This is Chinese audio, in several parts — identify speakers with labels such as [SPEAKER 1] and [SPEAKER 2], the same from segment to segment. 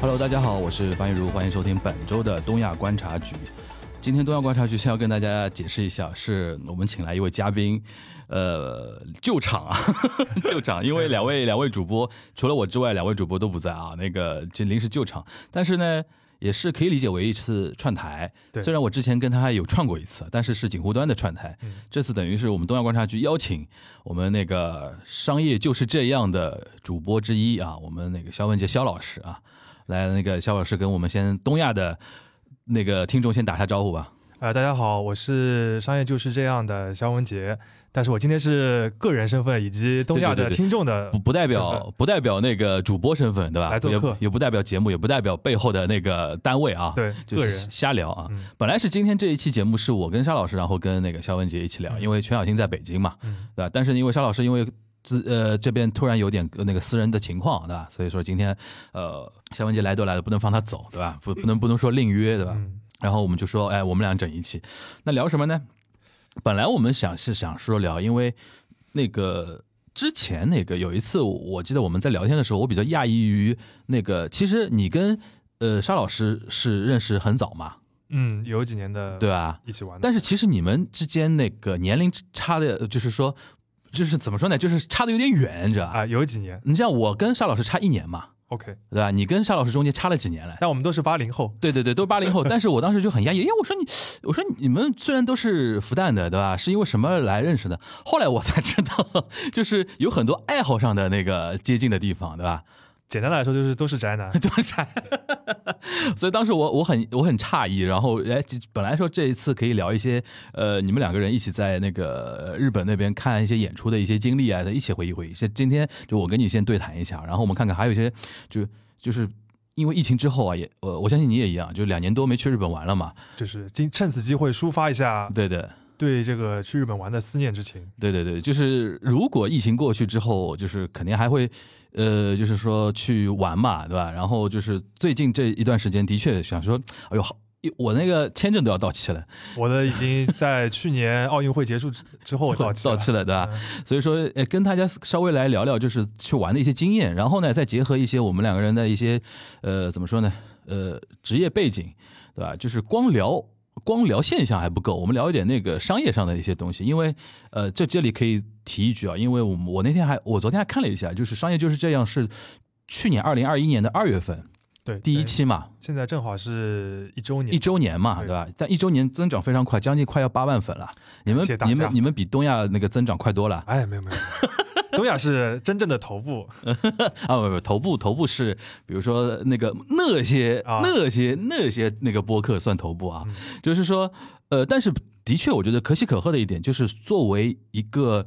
[SPEAKER 1] Hello，大家好，我是樊玉茹，欢迎收听本周的东亚观察局。今天东亚观察局先要跟大家解释一下，是我们请来一位嘉宾，呃，救场啊， 救场，因为两位两位主播除了我之外，两位主播都不在啊，那个就临时救场，但是呢。也是可以理解为一次串台，
[SPEAKER 2] 对
[SPEAKER 1] 虽然我之前跟他有串过一次，但是是锦湖端的串台，这次等于是我们东亚观察局邀请我们那个商业就是这样的主播之一啊，我们那个肖文杰肖老师啊，来那个肖老师跟我们先东亚的那个听众先打下招呼吧。
[SPEAKER 2] 呃，大家好，我是商业就是这样的肖文杰，但是我今天是个人身份以及东亚
[SPEAKER 1] 对对
[SPEAKER 2] 的
[SPEAKER 1] 对对
[SPEAKER 2] 听众的
[SPEAKER 1] 不不代
[SPEAKER 2] 身
[SPEAKER 1] 表
[SPEAKER 2] 份
[SPEAKER 1] 不代表那个主播身份对吧？
[SPEAKER 2] 来做
[SPEAKER 1] 也
[SPEAKER 2] 客
[SPEAKER 1] 也不代表节目，也不代表背后的那个单位啊。
[SPEAKER 2] 对
[SPEAKER 1] 就
[SPEAKER 2] 个
[SPEAKER 1] 是
[SPEAKER 2] 人
[SPEAKER 1] 瞎聊啊
[SPEAKER 2] 嗯。
[SPEAKER 1] 本来是今天这一期节目是我跟沙老师，然后跟那个肖文杰一起聊，
[SPEAKER 2] 嗯
[SPEAKER 1] 因为全小新在北京嘛，
[SPEAKER 2] 嗯
[SPEAKER 1] 对吧？但是因为沙老师因为自呃这边突然有点呃那个私人的情况，对吧？所以说今天呃肖文杰来都来了，不能放他走，对吧？不不能不能说另约，对吧？
[SPEAKER 2] 嗯
[SPEAKER 1] 然后我们就说，哎，我们俩整一期，那聊什么呢？本来我们想是想说聊，因为那个之前那个有一次，我我记得我们在聊天的时候，我比较讶异于那个，其实你跟呃沙老师是认识很早嘛，
[SPEAKER 2] 嗯，有几年的
[SPEAKER 1] 对吧？
[SPEAKER 2] 一起玩的，
[SPEAKER 1] 但是其实你们之间那个年龄差的，呃就是说，就是怎么说呢，就是差的有点远，你知道吧？
[SPEAKER 2] 啊、有几年
[SPEAKER 1] 你像我跟沙老师差一年嘛，
[SPEAKER 2] ，OK，
[SPEAKER 1] 对吧？你跟沙老师中间差了几年来？
[SPEAKER 2] 但我们都是八零后，
[SPEAKER 1] 对对对，都是八零后，但是我当时就很压抑，因为我说你，我说你们虽然都是复旦的，对吧？是因为什么来认识的？后来我才知道，就是有很多爱好上的那个接近的地方，对吧？，
[SPEAKER 2] 简单的来说就是都是宅男
[SPEAKER 1] 多产， 所以当时我我很我很诧异，然后哎，其实本来说这一次可以聊一些呃，你们两个人一起在那个呃日本那边看一些演出的一些经历啊，一起回忆回忆。现今天就我跟你先对谈一下，然后我们看看还有一些就就是。因为疫情之后啊，也呃，我相信你也一样，就两年多没去日本玩了嘛。
[SPEAKER 2] 就是今趁此机会抒发一下
[SPEAKER 1] 对的，
[SPEAKER 2] 对这个去日本玩的思念之情。
[SPEAKER 1] 对对对，就是如果疫情过去之后，就是肯定还会，呃，就是说去玩嘛，对吧？然后就是最近这一段时间，的确想说，哎呦，好，我那个签证都要到期了，
[SPEAKER 2] 我的已经在去年奥运会结束之 之后到期
[SPEAKER 1] 到
[SPEAKER 2] 了，
[SPEAKER 1] 期了，对吧？所以说，呃，跟大家稍微来聊聊，就是去玩的一些经验，然后呢，再结合一些我们两个人的一些，呃，怎么说呢？呃，职业背景，对吧？就是光聊。光聊现象还不够，我们聊一点那个商业上的一些东西，因为，呃，这这里可以提一句啊，因为我们我那天还我昨天还看了一下，就是《商业就是这样》是去年二零二一年的二月份
[SPEAKER 2] 对
[SPEAKER 1] 第一
[SPEAKER 2] 对
[SPEAKER 1] 期嘛，
[SPEAKER 2] 现在正好是一周年，
[SPEAKER 1] 一周年嘛，
[SPEAKER 2] 对
[SPEAKER 1] 对吧？但一周年增长非常快，将近快要八万粉了，你们
[SPEAKER 2] 谢谢大
[SPEAKER 1] 你
[SPEAKER 2] 家
[SPEAKER 1] 们你们比东亚那个增长快多了，
[SPEAKER 2] 哎，没有没有， 东亚是真正的头部，
[SPEAKER 1] 啊，不不，头部头部是，比如说那个那些、
[SPEAKER 2] 啊
[SPEAKER 1] 那些那些那个播客算头部啊，
[SPEAKER 2] 嗯
[SPEAKER 1] 就是说，呃，但是的确，我觉得可喜可贺的一点就是，作为一个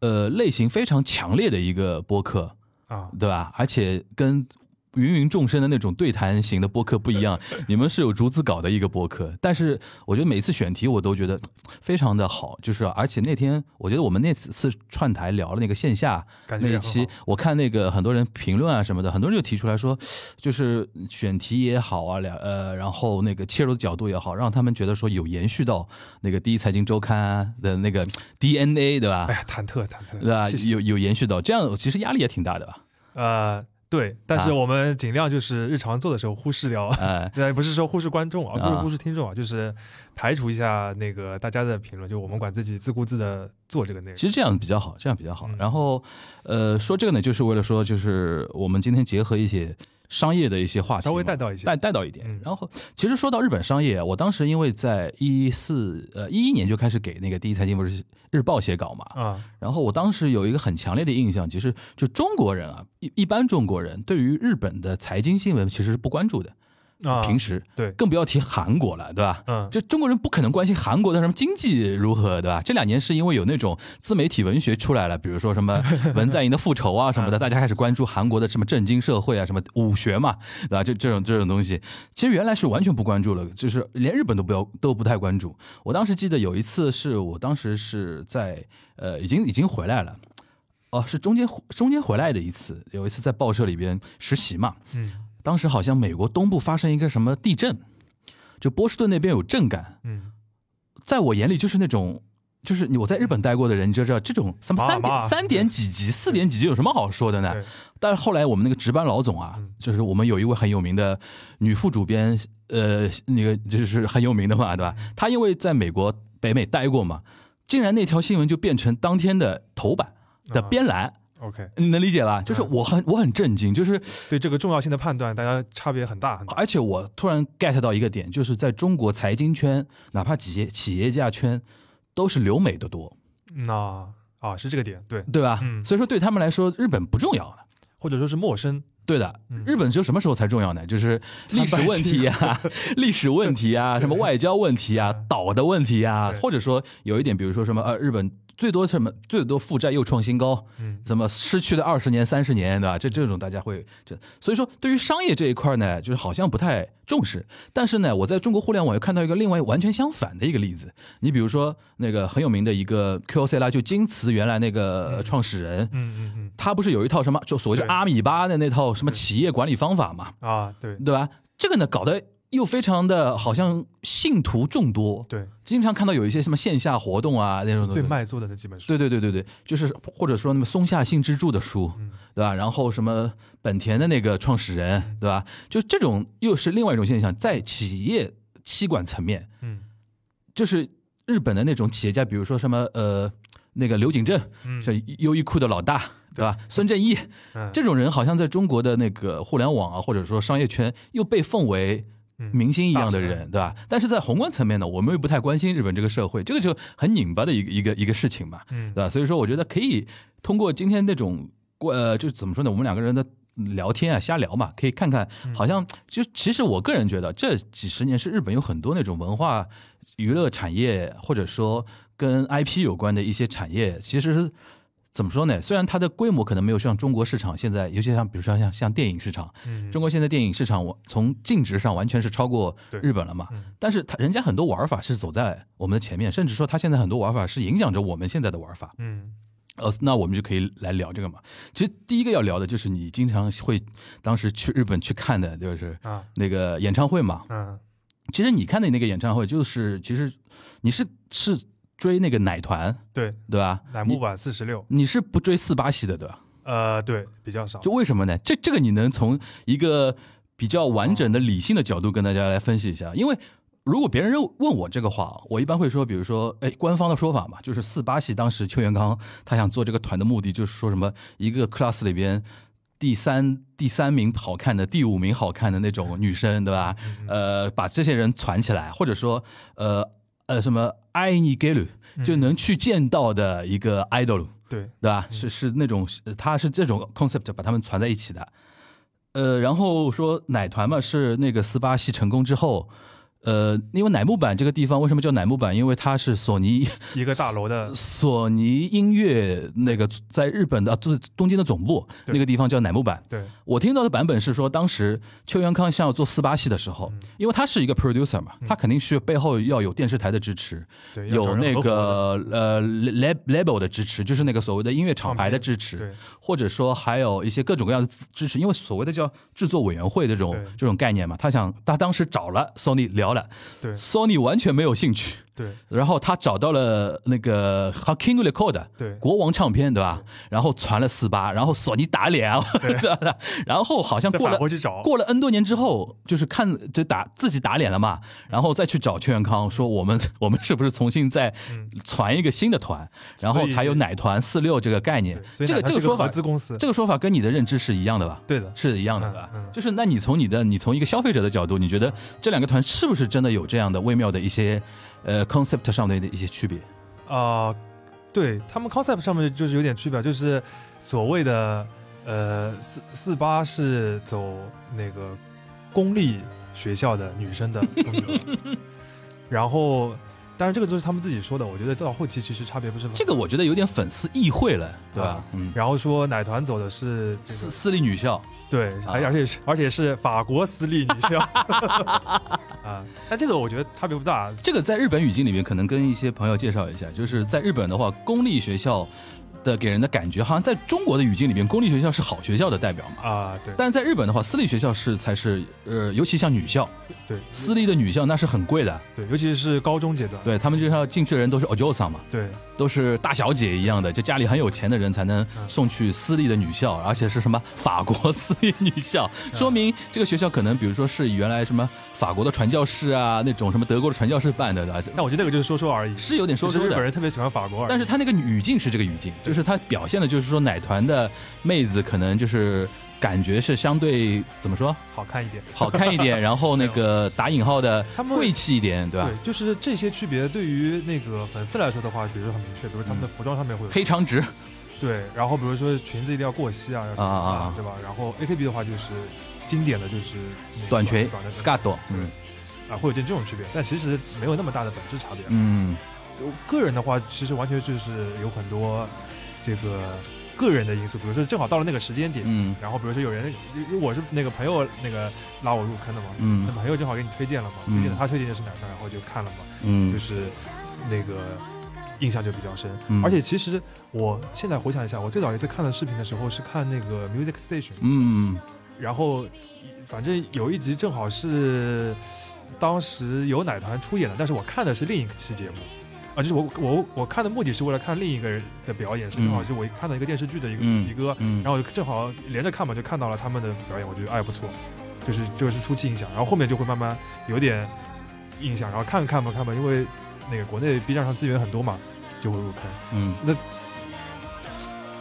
[SPEAKER 1] 呃类型非常强烈的一个播客，
[SPEAKER 2] 啊，
[SPEAKER 1] 对吧？而且跟芸芸众生的那种对谈型的播客不一样，你们是有逐字稿的一个播客。但是我觉得每次选题我都觉得非常的好，就是而且那天我觉得我们那次串台聊了那个线下
[SPEAKER 2] 感觉
[SPEAKER 1] 那一
[SPEAKER 2] 也很好
[SPEAKER 1] 期，我看那个很多人评论啊什么的，很多人就提出来说，就是选题也好啊，两呃，然后那个切入的角度也好，让他们觉得说有延续到那个第一财经周刊啊的那个 DNA，对吧
[SPEAKER 2] 哎？呀，忐忑忐忑，
[SPEAKER 1] 对啊吧？
[SPEAKER 2] 谢谢
[SPEAKER 1] 有有延续到，这样其实压力也挺大的吧？
[SPEAKER 2] 呃，对，但是
[SPEAKER 1] 啊
[SPEAKER 2] 我们尽量就是日常做的时候忽视掉，
[SPEAKER 1] 哎，
[SPEAKER 2] 呃，不是说忽视观众啊，不
[SPEAKER 1] 啊
[SPEAKER 2] 是忽视听众啊，就是排除一下那个大家的评论，就我们管自己自顾自的做这个内容
[SPEAKER 1] 其。实这样比较好，这样比较好
[SPEAKER 2] 嗯。
[SPEAKER 1] 然后，呃，说这个呢，就是为了说，就是我们今天结合一些商业的一些话题嘛，
[SPEAKER 2] 稍微带到一些
[SPEAKER 1] 带带到一点
[SPEAKER 2] 嗯。
[SPEAKER 1] 然后，其实说到日本商业，我当时因为在一四呃一一年就开始给那个第一财经不是日报写稿嘛，
[SPEAKER 2] 啊，
[SPEAKER 1] 然后我当时有一个很强烈的印象，其实就中国人啊，一一般中国人对于日本的财经新闻其实是不关注的，
[SPEAKER 2] 啊
[SPEAKER 1] 平时
[SPEAKER 2] 对，
[SPEAKER 1] 更不要提韩国了，对吧？
[SPEAKER 2] 嗯，
[SPEAKER 1] 就中国人不可能关心韩国的什么经济如何，对吧？这两年是因为有那种自媒体文学出来了，比如说什么文在寅的复仇啊什么的，大家开始关注韩国的什么震惊社会啊，什么武学嘛，对吧？这这种这种东西，其实原来是完全不关注了，就是连日本都不要都不太关注。我当时记得有一次是我当时是在呃已经已经回来了。哦，是中间中间回来的一次，有一次在报社里边实习嘛，
[SPEAKER 2] 嗯
[SPEAKER 1] 当时好像美国东部发生一个什么地震，就波士顿那边有震感，
[SPEAKER 2] 嗯
[SPEAKER 1] 在我眼里就是那种，就是你我在日本待过的人，你就知道这种什么
[SPEAKER 2] 麻
[SPEAKER 1] 三
[SPEAKER 2] 麻
[SPEAKER 1] 点三点几级、四点几级有什么好说的呢
[SPEAKER 2] 对？
[SPEAKER 1] 但是后来我们那个值班老总啊
[SPEAKER 2] 嗯，
[SPEAKER 1] 就是我们有一位很有名的女副主编，呃，那个就是很有名的嘛，对吧？她因为在美国北美待过嘛，竟然那条新闻就变成当天的头版的
[SPEAKER 2] 啊
[SPEAKER 1] 编栏，
[SPEAKER 2] OK，
[SPEAKER 1] 你能理解吧？就是
[SPEAKER 2] 嗯
[SPEAKER 1] 我很我很震惊，就是
[SPEAKER 2] 对这个重要性的判断，大家差别很大很大。
[SPEAKER 1] 而且我突然 get 到一个点，就是在中国财经圈，哪怕企业企业家圈，都是留美的多，
[SPEAKER 2] 那啊，是这个点，对，
[SPEAKER 1] 对吧？
[SPEAKER 2] 嗯
[SPEAKER 1] 所以说对他们来说，日本不重要了。
[SPEAKER 2] 或者说是陌生，
[SPEAKER 1] 对的
[SPEAKER 2] 嗯，
[SPEAKER 1] 日本只有什么时候才重要呢？就是历史问题啊， 历史问题啊，什么外交问题啊
[SPEAKER 2] 嗯，
[SPEAKER 1] 岛的问题啊
[SPEAKER 2] 对，
[SPEAKER 1] 或者说有一点，比如说什么呃，日本最多什么最多负债又创新高，
[SPEAKER 2] 嗯，
[SPEAKER 1] 怎么失去的二十年、三十年，对吧？这这种大家会这，所以说对于商业这一块呢，就是好像不太重视。但是呢，我在中国互联网又看到一个另外完全相反的一个例子，你比如说那个很有名的一个 QOC 啦，就京瓷原来那个创始人。
[SPEAKER 2] 嗯嗯
[SPEAKER 1] 他不是有一套什么，就所谓叫
[SPEAKER 2] 对
[SPEAKER 1] 阿米巴的那套什么企业管理方法嘛，
[SPEAKER 2] 嗯，啊，对
[SPEAKER 1] 对吧？这个呢，搞得又非常的好像信徒众多，
[SPEAKER 2] 对，
[SPEAKER 1] 经常看到有一些什么线下活动啊那种东西
[SPEAKER 2] 最卖座的那几本书，
[SPEAKER 1] 对对对对对，就是或者说那么松下幸之助的书，
[SPEAKER 2] 嗯
[SPEAKER 1] 对吧？然后什么本田的那个创始人，对吧？就这种又是另外一种现象，在企业期管层面，
[SPEAKER 2] 嗯
[SPEAKER 1] 就是日本的那种企业家，比如说什么呃那个刘景正
[SPEAKER 2] 嗯，
[SPEAKER 1] 是优衣库的老大，对吧？孙正义
[SPEAKER 2] 嗯
[SPEAKER 1] 这种人，好像在中国的那个互联网啊，或者说商业圈，又被奉为
[SPEAKER 2] 嗯
[SPEAKER 1] 明星一样的
[SPEAKER 2] 大神
[SPEAKER 1] 人，对吧？但是在宏观层面呢，我们又不太关心日本这个社会，这个就很拧巴的一个一个一个事情嘛。
[SPEAKER 2] 嗯
[SPEAKER 1] 对吧？所以说，我觉得可以通过今天那种过呃，就是怎么说呢，我们两个人的聊天啊，瞎聊嘛，可以看看，
[SPEAKER 2] 嗯
[SPEAKER 1] 好像就其实我个人觉得，这几十年是日本有很多那种文化娱乐产业，或者说跟 IP 有关的一些产业，其实是。怎么说呢？虽然它的规模可能没有像中国市场现在，尤其像比如说像像电影市场，
[SPEAKER 2] 嗯
[SPEAKER 1] 中国现在电影市场我从净值上完全是超过
[SPEAKER 2] 对
[SPEAKER 1] 日本了嘛
[SPEAKER 2] 嗯。
[SPEAKER 1] 但是它人家很多玩法是走在我们的前面，甚至说它现在很多玩法是影响着我们现在的玩法。
[SPEAKER 2] 嗯
[SPEAKER 1] 呃，那我们就可以来聊这个嘛。其实第一个要聊的就是你经常会当时去日本去看的，就是
[SPEAKER 2] 啊
[SPEAKER 1] 那个演唱会嘛。
[SPEAKER 2] 嗯
[SPEAKER 1] 其实你看的那个演唱会，就是其实你是是追那个奶团
[SPEAKER 2] 对，
[SPEAKER 1] 对吧？
[SPEAKER 2] 乃木
[SPEAKER 1] 你
[SPEAKER 2] 坂四十六，
[SPEAKER 1] 你是不追四八系的对吧？
[SPEAKER 2] 呃，对，比较少，
[SPEAKER 1] 就为什么呢？这这个你能从一个比较完整的理性的角度跟大家来分析一下，因为。如果别人问我这个话，我一般会说，比如说，哎，官方的说法嘛，就是四八系当时邱元康他想做这个团的目的，就是说什么一个 class 里边第三第三名好看的、第五名好看的那种女生，对吧？呃，把这些人攒起来，或者说，呃呃，什么爱你给鲁就能去见到的一个 idol，
[SPEAKER 2] 对，
[SPEAKER 1] 对吧？是是那种，呃它是这种 concept 把它们攒在一起的。呃，然后说奶团嘛，是那个斯巴系成功之后，呃，因为乃木坂这个地方为什么叫乃木坂？因为它是索尼
[SPEAKER 2] 一个大楼的
[SPEAKER 1] 索尼音乐那个在日本的东东京的总部
[SPEAKER 2] 对
[SPEAKER 1] 那个地方叫乃木坂。
[SPEAKER 2] 对，
[SPEAKER 1] 我听到的版本是说，当时邱元康想要做斯巴系的时候，因为他是一个 producer 嘛，他肯定是背后要有电视台的支持，
[SPEAKER 2] 对，要找
[SPEAKER 1] 有
[SPEAKER 2] 人
[SPEAKER 1] 那
[SPEAKER 2] 合伙的
[SPEAKER 1] 个呃 lab label 的支持，就是那个所谓的音乐厂牌的支持，
[SPEAKER 2] 对
[SPEAKER 1] 或者说还有一些各种各样的支支持，因为所谓的叫制作委员会的这种
[SPEAKER 2] 对
[SPEAKER 1] 这种概念嘛，他想他当时找了 Sony 聊了
[SPEAKER 2] 对
[SPEAKER 1] ，Sony 完全没有兴趣，
[SPEAKER 2] 对
[SPEAKER 1] 然后他找到了那个 h a k i n g Record。
[SPEAKER 2] 对
[SPEAKER 1] 国王唱片对吧？然后传了四八，然后索尼打脸，对 然后好像
[SPEAKER 2] 再
[SPEAKER 1] 过
[SPEAKER 2] 返
[SPEAKER 1] 了
[SPEAKER 2] 回去找，
[SPEAKER 1] 过了 N 多年之后，就是看就打自己打脸了嘛，然后再去找邱元康说我们 我们是不是重新再
[SPEAKER 2] 嗯
[SPEAKER 1] 传一个新的团，然后
[SPEAKER 2] 所以
[SPEAKER 1] 才有奶团四六这个概念
[SPEAKER 2] 对。所以
[SPEAKER 1] 这个
[SPEAKER 2] 哪怕
[SPEAKER 1] 这
[SPEAKER 2] 是
[SPEAKER 1] 个说
[SPEAKER 2] 合
[SPEAKER 1] 法，
[SPEAKER 2] 资公司，
[SPEAKER 1] 这个说法跟你的认知是一样的吧？
[SPEAKER 2] 对的，
[SPEAKER 1] 是一样的
[SPEAKER 2] 嗯
[SPEAKER 1] 吧？
[SPEAKER 2] 嗯
[SPEAKER 1] 就是那你从你的你从一个消费者的角度，你觉得这两个团是不是真的有这样的微妙的一些呃 concept 上的一些区别？
[SPEAKER 2] 啊、对他们 concept 上面就是有点区别，就是所谓的呃四四八是走那个公立学校的女生的风格， 然后当然这个就是他们自己说的，我觉得到后期其实差别不是很
[SPEAKER 1] 这个
[SPEAKER 2] 大。
[SPEAKER 1] 我觉得有点粉丝意会了，对吧
[SPEAKER 2] 啊？
[SPEAKER 1] 嗯，
[SPEAKER 2] 然后说奶团走的是这
[SPEAKER 1] 私
[SPEAKER 2] 个
[SPEAKER 1] 私立女校，
[SPEAKER 2] 对，
[SPEAKER 1] 啊
[SPEAKER 2] 而且而且是而且是法国私立女 校啊，但这个我觉得差别不大，
[SPEAKER 1] 这个在日本语境里面，可能跟一些朋友介绍一下，就是在日本的话，公立学校的给人的感觉，好像在中国的语境里面，公立学校是好学校的代表嘛。
[SPEAKER 2] 啊，对
[SPEAKER 1] 但是在日本的话，私立学校是才是呃，尤其像女校，
[SPEAKER 2] 对
[SPEAKER 1] 私立的女校那是很贵的，
[SPEAKER 2] 对，尤其是高中阶段，
[SPEAKER 1] 对他们就像进去的人都是 ojo 桑嘛，
[SPEAKER 2] 对
[SPEAKER 1] 都是大小姐一样的，就家里很有钱的人才能
[SPEAKER 2] 嗯
[SPEAKER 1] 送去私立的女校，而且是什么法国私立女校，说明这个学校可能比如说是原来什么法国的传教士啊，那种什么德国的传教士办的的，
[SPEAKER 2] 但我觉得那个就是说说而已，
[SPEAKER 1] 是有点说
[SPEAKER 2] 就是
[SPEAKER 1] 说
[SPEAKER 2] 日本
[SPEAKER 1] 的。
[SPEAKER 2] 人特别喜欢法国而已，
[SPEAKER 1] 但是他那个语境是这个语境，就是他表现的，就是说奶团的妹子可能就是感觉是相对怎么说
[SPEAKER 2] 好看一点，
[SPEAKER 1] 好看一点，然后那 个打引号的
[SPEAKER 2] 他们
[SPEAKER 1] 贵气一点，对吧？
[SPEAKER 2] 对，就是这些区别对于那个粉丝来说的话，比如说很明确，比如他们的服装上面会有
[SPEAKER 1] 嗯黑长直，
[SPEAKER 2] 对，然后比如说裙子一定要过膝啊，要什么
[SPEAKER 1] 啊啊啊
[SPEAKER 2] 对吧？然后 AKB 的话就是经典的就是那个
[SPEAKER 1] 短裙
[SPEAKER 2] 短的
[SPEAKER 1] scarto，嗯
[SPEAKER 2] 啊，会有点这种区别，但其实没有那么大的本质差别。
[SPEAKER 1] 嗯，
[SPEAKER 2] 我个人的话，其实完全就是有很多这个个人的因素，比如说正好到了那个时间点，
[SPEAKER 1] 嗯
[SPEAKER 2] 然后比如说有人，因为我是那个朋友那个拉我入坑的嘛，
[SPEAKER 1] 嗯
[SPEAKER 2] 那朋友正好给你推荐了嘛，
[SPEAKER 1] 嗯
[SPEAKER 2] 推荐了他推荐的是哪张，然后就看了嘛，就
[SPEAKER 1] 嗯
[SPEAKER 2] 是那个印象就比较深。
[SPEAKER 1] 嗯
[SPEAKER 2] 而且其实我现在回想一下，我最早一次看的视频的时候是看那个 Music Station，、
[SPEAKER 1] 嗯
[SPEAKER 2] 然后呃反正有一集正好是当时有奶团出演的，但是我看的是另一期节目。啊，就是我我我看的目的是为了看另一个人的表演，是正好
[SPEAKER 1] 嗯
[SPEAKER 2] 是我看到一个电视剧的一个、
[SPEAKER 1] 嗯
[SPEAKER 2] 一个
[SPEAKER 1] 嗯，
[SPEAKER 2] 然后正好连着看嘛，就看到了他们的表演，我觉得哎不错，就是这个是初期印象，然后后面就会慢慢有点印象，然后看看吧看吧，因为那个国内 B 站上资源很多嘛，就会入坑，
[SPEAKER 1] 嗯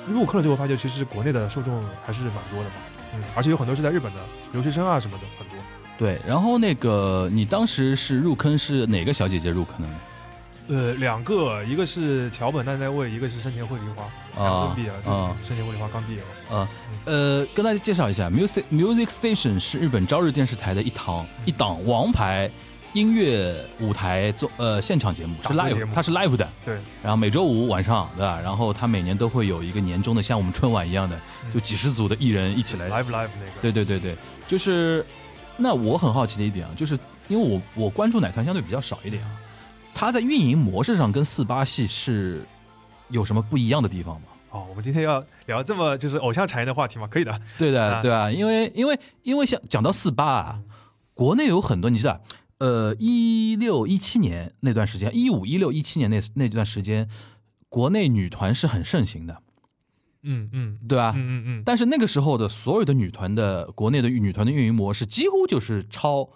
[SPEAKER 2] 入坑了就会发现其实国内的受众还是蛮多的嘛，嗯，而且有很多是在日本的留学生啊什么的很多，
[SPEAKER 1] 对。然后那个你当时是入坑是哪个小姐姐入坑的呢？
[SPEAKER 2] 呃，两个一个是桥本奈奈未，一个是生田绘梨花，刚
[SPEAKER 1] 啊
[SPEAKER 2] 毕业了，
[SPEAKER 1] 啊
[SPEAKER 2] 生田绘梨花刚毕业嘛，
[SPEAKER 1] 啊呃，跟大家介绍一下，Music Music Station 是日本朝日电视台的一堂
[SPEAKER 2] 嗯
[SPEAKER 1] 一档王牌。音乐舞台做呃现场节目是
[SPEAKER 2] 打歌节
[SPEAKER 1] live，
[SPEAKER 2] 目
[SPEAKER 1] 它是 live 的，
[SPEAKER 2] 对，
[SPEAKER 1] 然后每周五晚上，对吧？然后他每年都会有一个年终的，像我们春晚一样
[SPEAKER 2] 嗯
[SPEAKER 1] 的，就几十组的艺人一起来。
[SPEAKER 2] live live 那个，
[SPEAKER 1] 对对对对，就是。那我很好奇的一点啊，就是因为我我关注奶团相对比较少一点啊，它在运营模式上跟四八系是有什么不一样的地方吗？
[SPEAKER 2] 哦，我们今天要聊这么就是偶像产业的话题嘛，可以的，
[SPEAKER 1] 对的，
[SPEAKER 2] 啊嗯
[SPEAKER 1] 对啊，因为因为因为像讲到四八啊，国内有很多，你知道，呃，一六一七年那段时间，一五一六一七年那那段时间，国内女团是很盛行的，
[SPEAKER 2] 嗯嗯
[SPEAKER 1] 对吧？
[SPEAKER 2] 嗯嗯嗯，
[SPEAKER 1] 但是那个时候的所有的女团的国内的女团的运营模式，几乎就是抄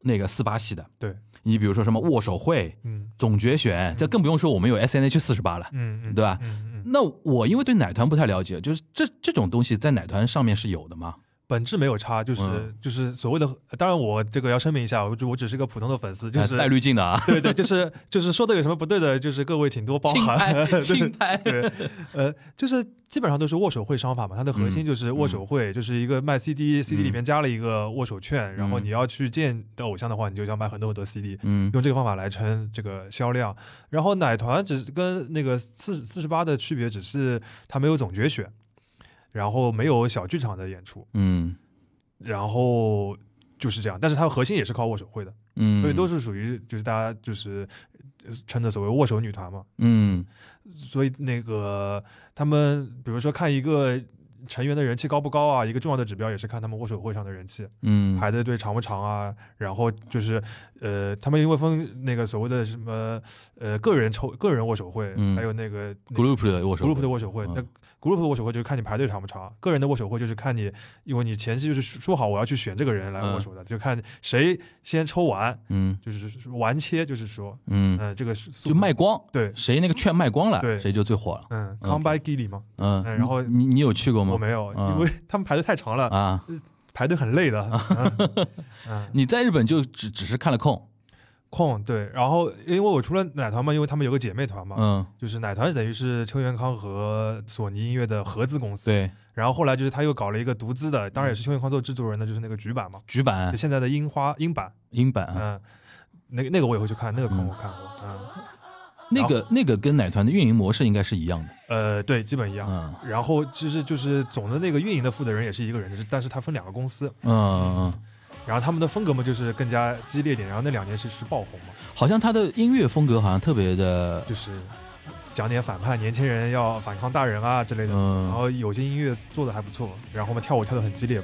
[SPEAKER 1] 那个四八系的。
[SPEAKER 2] 对，
[SPEAKER 1] 你比如说什么握手会、
[SPEAKER 2] 嗯
[SPEAKER 1] 总决选，这更不用说我们有 S N H 四十八了。
[SPEAKER 2] 嗯嗯，
[SPEAKER 1] 对吧
[SPEAKER 2] 嗯嗯，
[SPEAKER 1] 那我因为对奶团不太了解，就是这这种东西在奶团上面是有的吗？
[SPEAKER 2] 本质没有差，就是、
[SPEAKER 1] 嗯
[SPEAKER 2] 就是所谓的，当然我这个要声明一下，我只我只是个普通的粉丝，就
[SPEAKER 1] 呃
[SPEAKER 2] 是、
[SPEAKER 1] 带滤镜的啊，
[SPEAKER 2] 对对，就是就是说的有什么不对的，就是各位请多包
[SPEAKER 1] 轻
[SPEAKER 2] 涵。
[SPEAKER 1] 拍
[SPEAKER 2] 对
[SPEAKER 1] 轻拍，
[SPEAKER 2] 对，呃，就是基本上都是握手会商法嘛，它
[SPEAKER 1] 嗯
[SPEAKER 2] 的核心就是握手会，就是一个卖 CD，CD、CD 里面加了一个握手券，然后
[SPEAKER 1] 嗯
[SPEAKER 2] 你要去见的偶像的话，你就要买很多很多 CD，
[SPEAKER 1] 嗯
[SPEAKER 2] 用这个方法来撑这个销量。然后奶团只是跟那个四四十八的区别，只是它没有总决选，然后没有小剧场的演出，
[SPEAKER 1] 嗯
[SPEAKER 2] 然后就是这样。但是它核心也是靠握手会的，
[SPEAKER 1] 嗯，
[SPEAKER 2] 所以都是属于就是大家就是呃称的所谓握手女团嘛。
[SPEAKER 1] 嗯
[SPEAKER 2] 所以那个他们比如说看一个。成员的人气高不高啊？一个重要的指标也是看他们握手会上的人气，
[SPEAKER 1] 嗯
[SPEAKER 2] 排队队长不长啊？然后就是，呃，他们因为分那个所谓的什么，呃，个人抽个人握手会，
[SPEAKER 1] 嗯
[SPEAKER 2] 还有那个那个
[SPEAKER 1] group 的握手
[SPEAKER 2] group 的握手会。
[SPEAKER 1] 嗯
[SPEAKER 2] 那 group 的握手会就是看你排队长不长，个人的握手会就是看你，因为你前期就是说好我要去选这个人来握手的，就看谁先抽完，
[SPEAKER 1] 嗯
[SPEAKER 2] 就是完切，就是说，
[SPEAKER 1] 嗯，
[SPEAKER 2] 嗯，这个是速
[SPEAKER 1] 就卖
[SPEAKER 2] 度
[SPEAKER 1] 光，
[SPEAKER 2] 对，
[SPEAKER 1] 谁那个券卖光了，
[SPEAKER 2] 对
[SPEAKER 1] 谁就最火了。
[SPEAKER 2] 嗯
[SPEAKER 1] OK
[SPEAKER 2] ，come by gilly 嘛，
[SPEAKER 1] 嗯，
[SPEAKER 2] 嗯然后
[SPEAKER 1] 你你你有去过
[SPEAKER 2] 我
[SPEAKER 1] 吗？
[SPEAKER 2] 没有，
[SPEAKER 1] 嗯
[SPEAKER 2] 因为 他们排队太长了，
[SPEAKER 1] 啊，
[SPEAKER 2] 排队很累的， 嗯嗯。
[SPEAKER 1] 你在日本就只只是看了空，
[SPEAKER 2] 控对，然后因为我除了奶团嘛，因为他们有个姐妹团嘛，
[SPEAKER 1] 嗯，
[SPEAKER 2] 就是奶团等于是邱元康和索尼音乐的合资公司，
[SPEAKER 1] 对，嗯
[SPEAKER 2] 然后后来就是他又搞了一个独资的，当然也是邱元康做制作人的，就是那个局版嘛，
[SPEAKER 1] 局版
[SPEAKER 2] 就现在的樱花樱版，
[SPEAKER 1] 英版啊，
[SPEAKER 2] 嗯，那个那个我也会去看，那个
[SPEAKER 1] 嗯
[SPEAKER 2] 空我看过，嗯，
[SPEAKER 1] 那个那个跟奶团的运营模式应该是一样的，
[SPEAKER 2] 呃，对，基本一样。
[SPEAKER 1] 嗯
[SPEAKER 2] 然后就是就是总的那个运营的负责人也是一个人，就是但是他分两个公司，
[SPEAKER 1] 嗯嗯，嗯
[SPEAKER 2] 然后他们的风格嘛就是更加激烈一点，然后那两年是是爆红嘛，
[SPEAKER 1] 好像他的音乐风格好像特别的
[SPEAKER 2] 就是讲点反叛，年轻人要反抗大人啊之类的。然
[SPEAKER 1] 嗯，
[SPEAKER 2] 后有些音乐做的还不错，然后嘛跳舞跳的很激烈，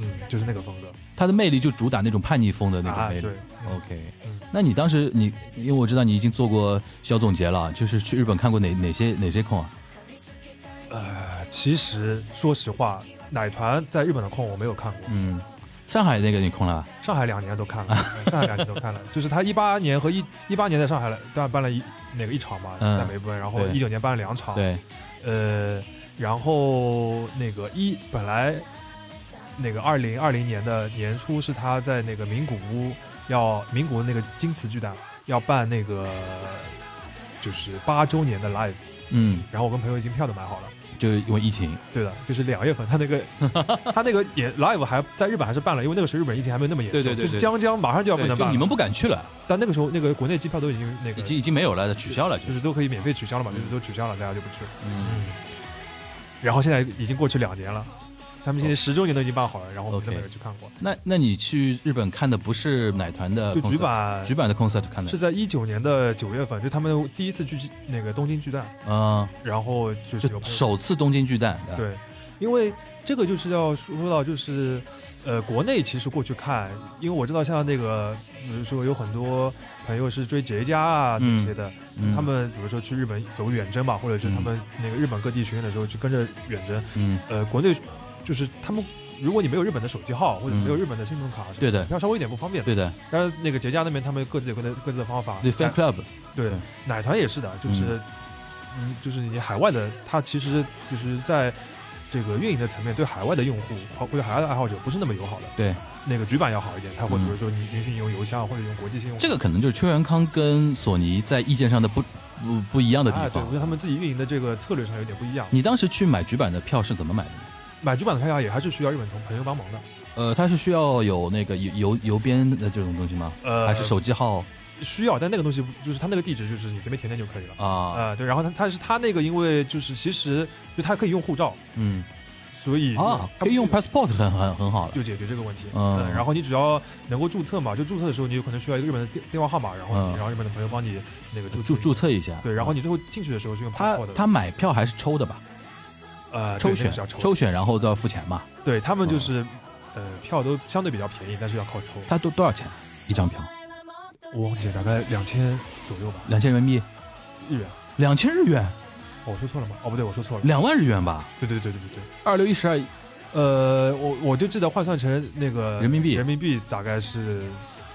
[SPEAKER 2] 嗯，就是那个风格
[SPEAKER 1] 他的魅力就主打那种叛逆风的那
[SPEAKER 2] 啊，
[SPEAKER 1] 种魅力
[SPEAKER 2] 对。，嗯
[SPEAKER 1] OK，
[SPEAKER 2] 嗯
[SPEAKER 1] 那你当时你，因为我知道你已经做过小总结了，就是去日本看过哪哪些哪些控啊？
[SPEAKER 2] 呃，其实说实话，奶团在日本的控我没有看过，
[SPEAKER 1] 嗯，上海那个你控了啊吧，
[SPEAKER 2] 上海两年都看 了，嗯上海两年都看了，就是他一八年和一一八年在上海了，当然办了一那个一场嘛，
[SPEAKER 1] 嗯
[SPEAKER 2] 在梅奔，然后
[SPEAKER 1] 对
[SPEAKER 2] 一九年办了两场，
[SPEAKER 1] 对，
[SPEAKER 2] 呃，然后那个一本来那个二零二零年的年初是他在那个名古屋要名古屋那个京瓷巨蛋要办那个就是八周年的 live，
[SPEAKER 1] 嗯，
[SPEAKER 2] 然后我跟朋友已经票都买好了。
[SPEAKER 1] 就是因为疫情，
[SPEAKER 2] 对的，就是两月份，他那个他那个也 live 还在日本还是办了，因为那个时候日本疫情还没有那么严重，
[SPEAKER 1] 对对对
[SPEAKER 2] 就是
[SPEAKER 1] 对
[SPEAKER 2] 将将马上就要不
[SPEAKER 1] 对，
[SPEAKER 2] 能
[SPEAKER 1] 就
[SPEAKER 2] 办
[SPEAKER 1] 你
[SPEAKER 2] 了。
[SPEAKER 1] 们不敢去了，
[SPEAKER 2] 但那个时候那个国内机票都已经那个
[SPEAKER 1] 已经已经没有了，取消了，就，
[SPEAKER 2] 就是是都可以免费取消了嘛，
[SPEAKER 1] 嗯
[SPEAKER 2] 就是都取消了，大家就不去了。
[SPEAKER 1] 嗯
[SPEAKER 2] 然后现在已经过去两年了，他们现在十周年都已经办好了，然后我们
[SPEAKER 1] 哦 OK
[SPEAKER 2] 都没有去看过。
[SPEAKER 1] 那那你去日本看的不是奶团的
[SPEAKER 2] 就
[SPEAKER 1] concert，
[SPEAKER 2] 局版
[SPEAKER 1] 局版的 concert 看的
[SPEAKER 2] 是，在一九年的九月份，就他们第一次去那个东京巨蛋，
[SPEAKER 1] 嗯，
[SPEAKER 2] 然后就
[SPEAKER 1] 就
[SPEAKER 2] 是有朋友
[SPEAKER 1] 首次东京巨蛋，吧，
[SPEAKER 2] 对，因为这个就是要说到就是。呃，国内其实过去看，因为我知道像那个，比如说有很多朋友是追杰家啊
[SPEAKER 1] 嗯
[SPEAKER 2] 这些的，
[SPEAKER 1] 嗯
[SPEAKER 2] 他，们比如说去日本走远征吧，或者是他们那个日本各地巡演的时候去跟着远征，
[SPEAKER 1] 嗯，
[SPEAKER 2] 呃，国内就是他们，如果你没有日本的手机号或者
[SPEAKER 1] 嗯
[SPEAKER 2] 没有日本的信用卡，
[SPEAKER 1] 对的
[SPEAKER 2] 买票稍微有点不方便。
[SPEAKER 1] 对的，
[SPEAKER 2] 但是那个节假那边他们各自有各自各自的方法。
[SPEAKER 1] 对 fan
[SPEAKER 2] 奶
[SPEAKER 1] club，
[SPEAKER 2] 对
[SPEAKER 1] 对
[SPEAKER 2] 奶团也是的，就是嗯，就是你海外的，它其实就是在这个运营的层面对海外的用户或或者海外的爱好者不是那么友好的。
[SPEAKER 1] 对，
[SPEAKER 2] 那个局版要好一点，它会
[SPEAKER 1] 嗯
[SPEAKER 2] 比如说你允许你用邮箱或者用国际信用卡。
[SPEAKER 1] 这个可能就是邱元康跟索尼在意见上的不不不一样的地
[SPEAKER 2] 哎，对，我
[SPEAKER 1] 方
[SPEAKER 2] 觉。得他们自己运营的这个策略上有点不一样。
[SPEAKER 1] 你当时去买局版的票是怎么买的呢？
[SPEAKER 2] 买局版的票价也还是需要日本同朋友帮忙的，
[SPEAKER 1] 呃，它是需要有那个邮邮邮编的这种东西吗？
[SPEAKER 2] 呃，
[SPEAKER 1] 还是手机号
[SPEAKER 2] 需要，但那个东西不就是它那个地址就是你随便填填就可以了。
[SPEAKER 1] 啊？
[SPEAKER 2] 啊、对，然后他他是他那个，因为就是其实就他可以用护照，
[SPEAKER 1] 嗯
[SPEAKER 2] 所以
[SPEAKER 1] 啊，
[SPEAKER 2] 他
[SPEAKER 1] 可以用 passport 很很很好了。
[SPEAKER 2] 就解决这个问题。
[SPEAKER 1] 嗯
[SPEAKER 2] 然后你只要能够注册嘛，就注册的时候你有可能需要一个日本的电电话号码，然后、
[SPEAKER 1] 嗯
[SPEAKER 2] 然后日本的朋友帮你那个注
[SPEAKER 1] 注
[SPEAKER 2] 册
[SPEAKER 1] 注册一下，
[SPEAKER 2] 对，然后你最后进去的时候是用 p a
[SPEAKER 1] 他
[SPEAKER 2] s s 的，
[SPEAKER 1] 他买票还是抽的吧？
[SPEAKER 2] 呃
[SPEAKER 1] 抽
[SPEAKER 2] 对那个
[SPEAKER 1] 选
[SPEAKER 2] 是要抽的
[SPEAKER 1] 抽嗯选，然后都要付钱嘛？
[SPEAKER 2] 对他们就是、呃票都相对比较便宜，但是要靠抽。
[SPEAKER 1] 他多多少钱一张票？
[SPEAKER 2] 我忘记了，大概两千左右吧，
[SPEAKER 1] 两千人民币，
[SPEAKER 2] 日元。
[SPEAKER 1] 两千日元，
[SPEAKER 2] 哦，我说错了吗？哦，不对，我说错了。
[SPEAKER 1] 两万日元吧？
[SPEAKER 2] 对对对对对对。
[SPEAKER 1] 二六一十二，
[SPEAKER 2] 呃，我我就记得换算成那个
[SPEAKER 1] 人民币
[SPEAKER 2] 人民币大概是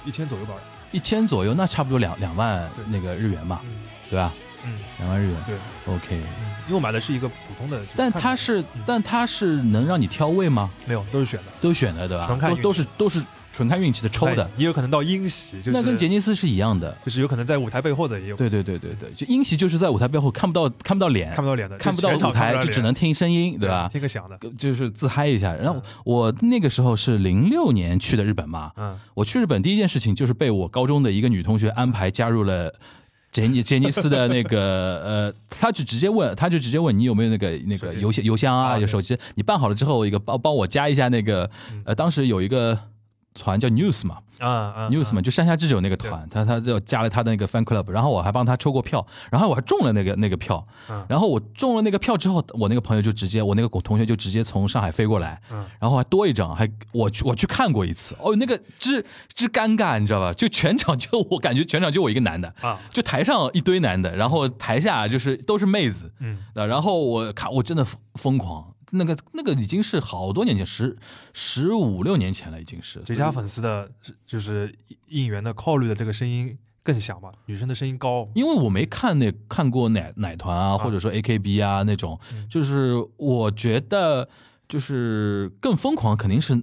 [SPEAKER 2] 一千左右吧。
[SPEAKER 1] 一千左右，那差不多两两万
[SPEAKER 2] 对
[SPEAKER 1] 那个日元吧，
[SPEAKER 2] 嗯
[SPEAKER 1] 对吧？
[SPEAKER 2] 嗯，
[SPEAKER 1] 两万日元，
[SPEAKER 2] 对，
[SPEAKER 1] ，OK。
[SPEAKER 2] 嗯因为我买的是一个普通的，
[SPEAKER 1] 但它
[SPEAKER 2] 是
[SPEAKER 1] 是
[SPEAKER 2] 嗯，
[SPEAKER 1] 但它是能让你挑位吗？
[SPEAKER 2] 没有都是选的
[SPEAKER 1] 都选的对吧？
[SPEAKER 2] 纯看
[SPEAKER 1] 都
[SPEAKER 2] 运
[SPEAKER 1] 都是都是纯看运气的抽的
[SPEAKER 2] 哎，也有可能到英喜，就是
[SPEAKER 1] 那跟杰尼斯是一样的。
[SPEAKER 2] 就是有可能在舞台背后的也有
[SPEAKER 1] 对对对对对，就英奇就是在舞台背后看不到看不到脸，
[SPEAKER 2] 看不到脸的，
[SPEAKER 1] 看不到
[SPEAKER 2] 全场
[SPEAKER 1] 舞台
[SPEAKER 2] 看不到
[SPEAKER 1] 就只
[SPEAKER 2] 脸
[SPEAKER 1] 能啊听声音，对吧？呃
[SPEAKER 2] 听个响的，
[SPEAKER 1] 就是自嗨一下。然后
[SPEAKER 2] 嗯
[SPEAKER 1] 我那个时候是零六年去的日本嘛，
[SPEAKER 2] 嗯，
[SPEAKER 1] 我去日本第一件事情就是被我高中的一个女同学安排加入了。杰尼杰尼斯的那个呃，他就直接问，他就直接问你有没有那个那个
[SPEAKER 2] 手机
[SPEAKER 1] 邮箱邮箱啊，
[SPEAKER 2] 啊
[SPEAKER 1] 有
[SPEAKER 2] 对
[SPEAKER 1] 手机，你办好了之后，一个帮帮我加一下那个
[SPEAKER 2] 嗯
[SPEAKER 1] 呃，当时有一个团叫 News 嘛，
[SPEAKER 2] 啊啊
[SPEAKER 1] News 嘛，就山下智久那个团，他他就加了他的那个 fan club，然后我还帮他抽过票，然后我还中了那个那个票
[SPEAKER 2] 嗯，
[SPEAKER 1] 然后我中了那个票之后，我那个朋友就直接，我那个同学就直接从上海飞过来
[SPEAKER 2] 嗯，
[SPEAKER 1] 然后还多一张，还我去我去看过一次，哦，那个之之尴尬，你知道吧？就全场就我感觉全场就我一个男的，
[SPEAKER 2] 啊，
[SPEAKER 1] 就台上一堆男的，然后台下就是都是妹子，
[SPEAKER 2] 嗯，
[SPEAKER 1] 啊，然后我看我真的疯疯狂。那个那个已经是好多年前，十十五六年前了，已经是。
[SPEAKER 2] 谁家粉丝的就是应援的 call 的这个声音更响嘛，女生的声音高，
[SPEAKER 1] 因为我没看那看过奶奶团啊，或者说 A K B 啊那种，
[SPEAKER 2] 嗯
[SPEAKER 1] 就是我觉得就是更疯狂，肯定是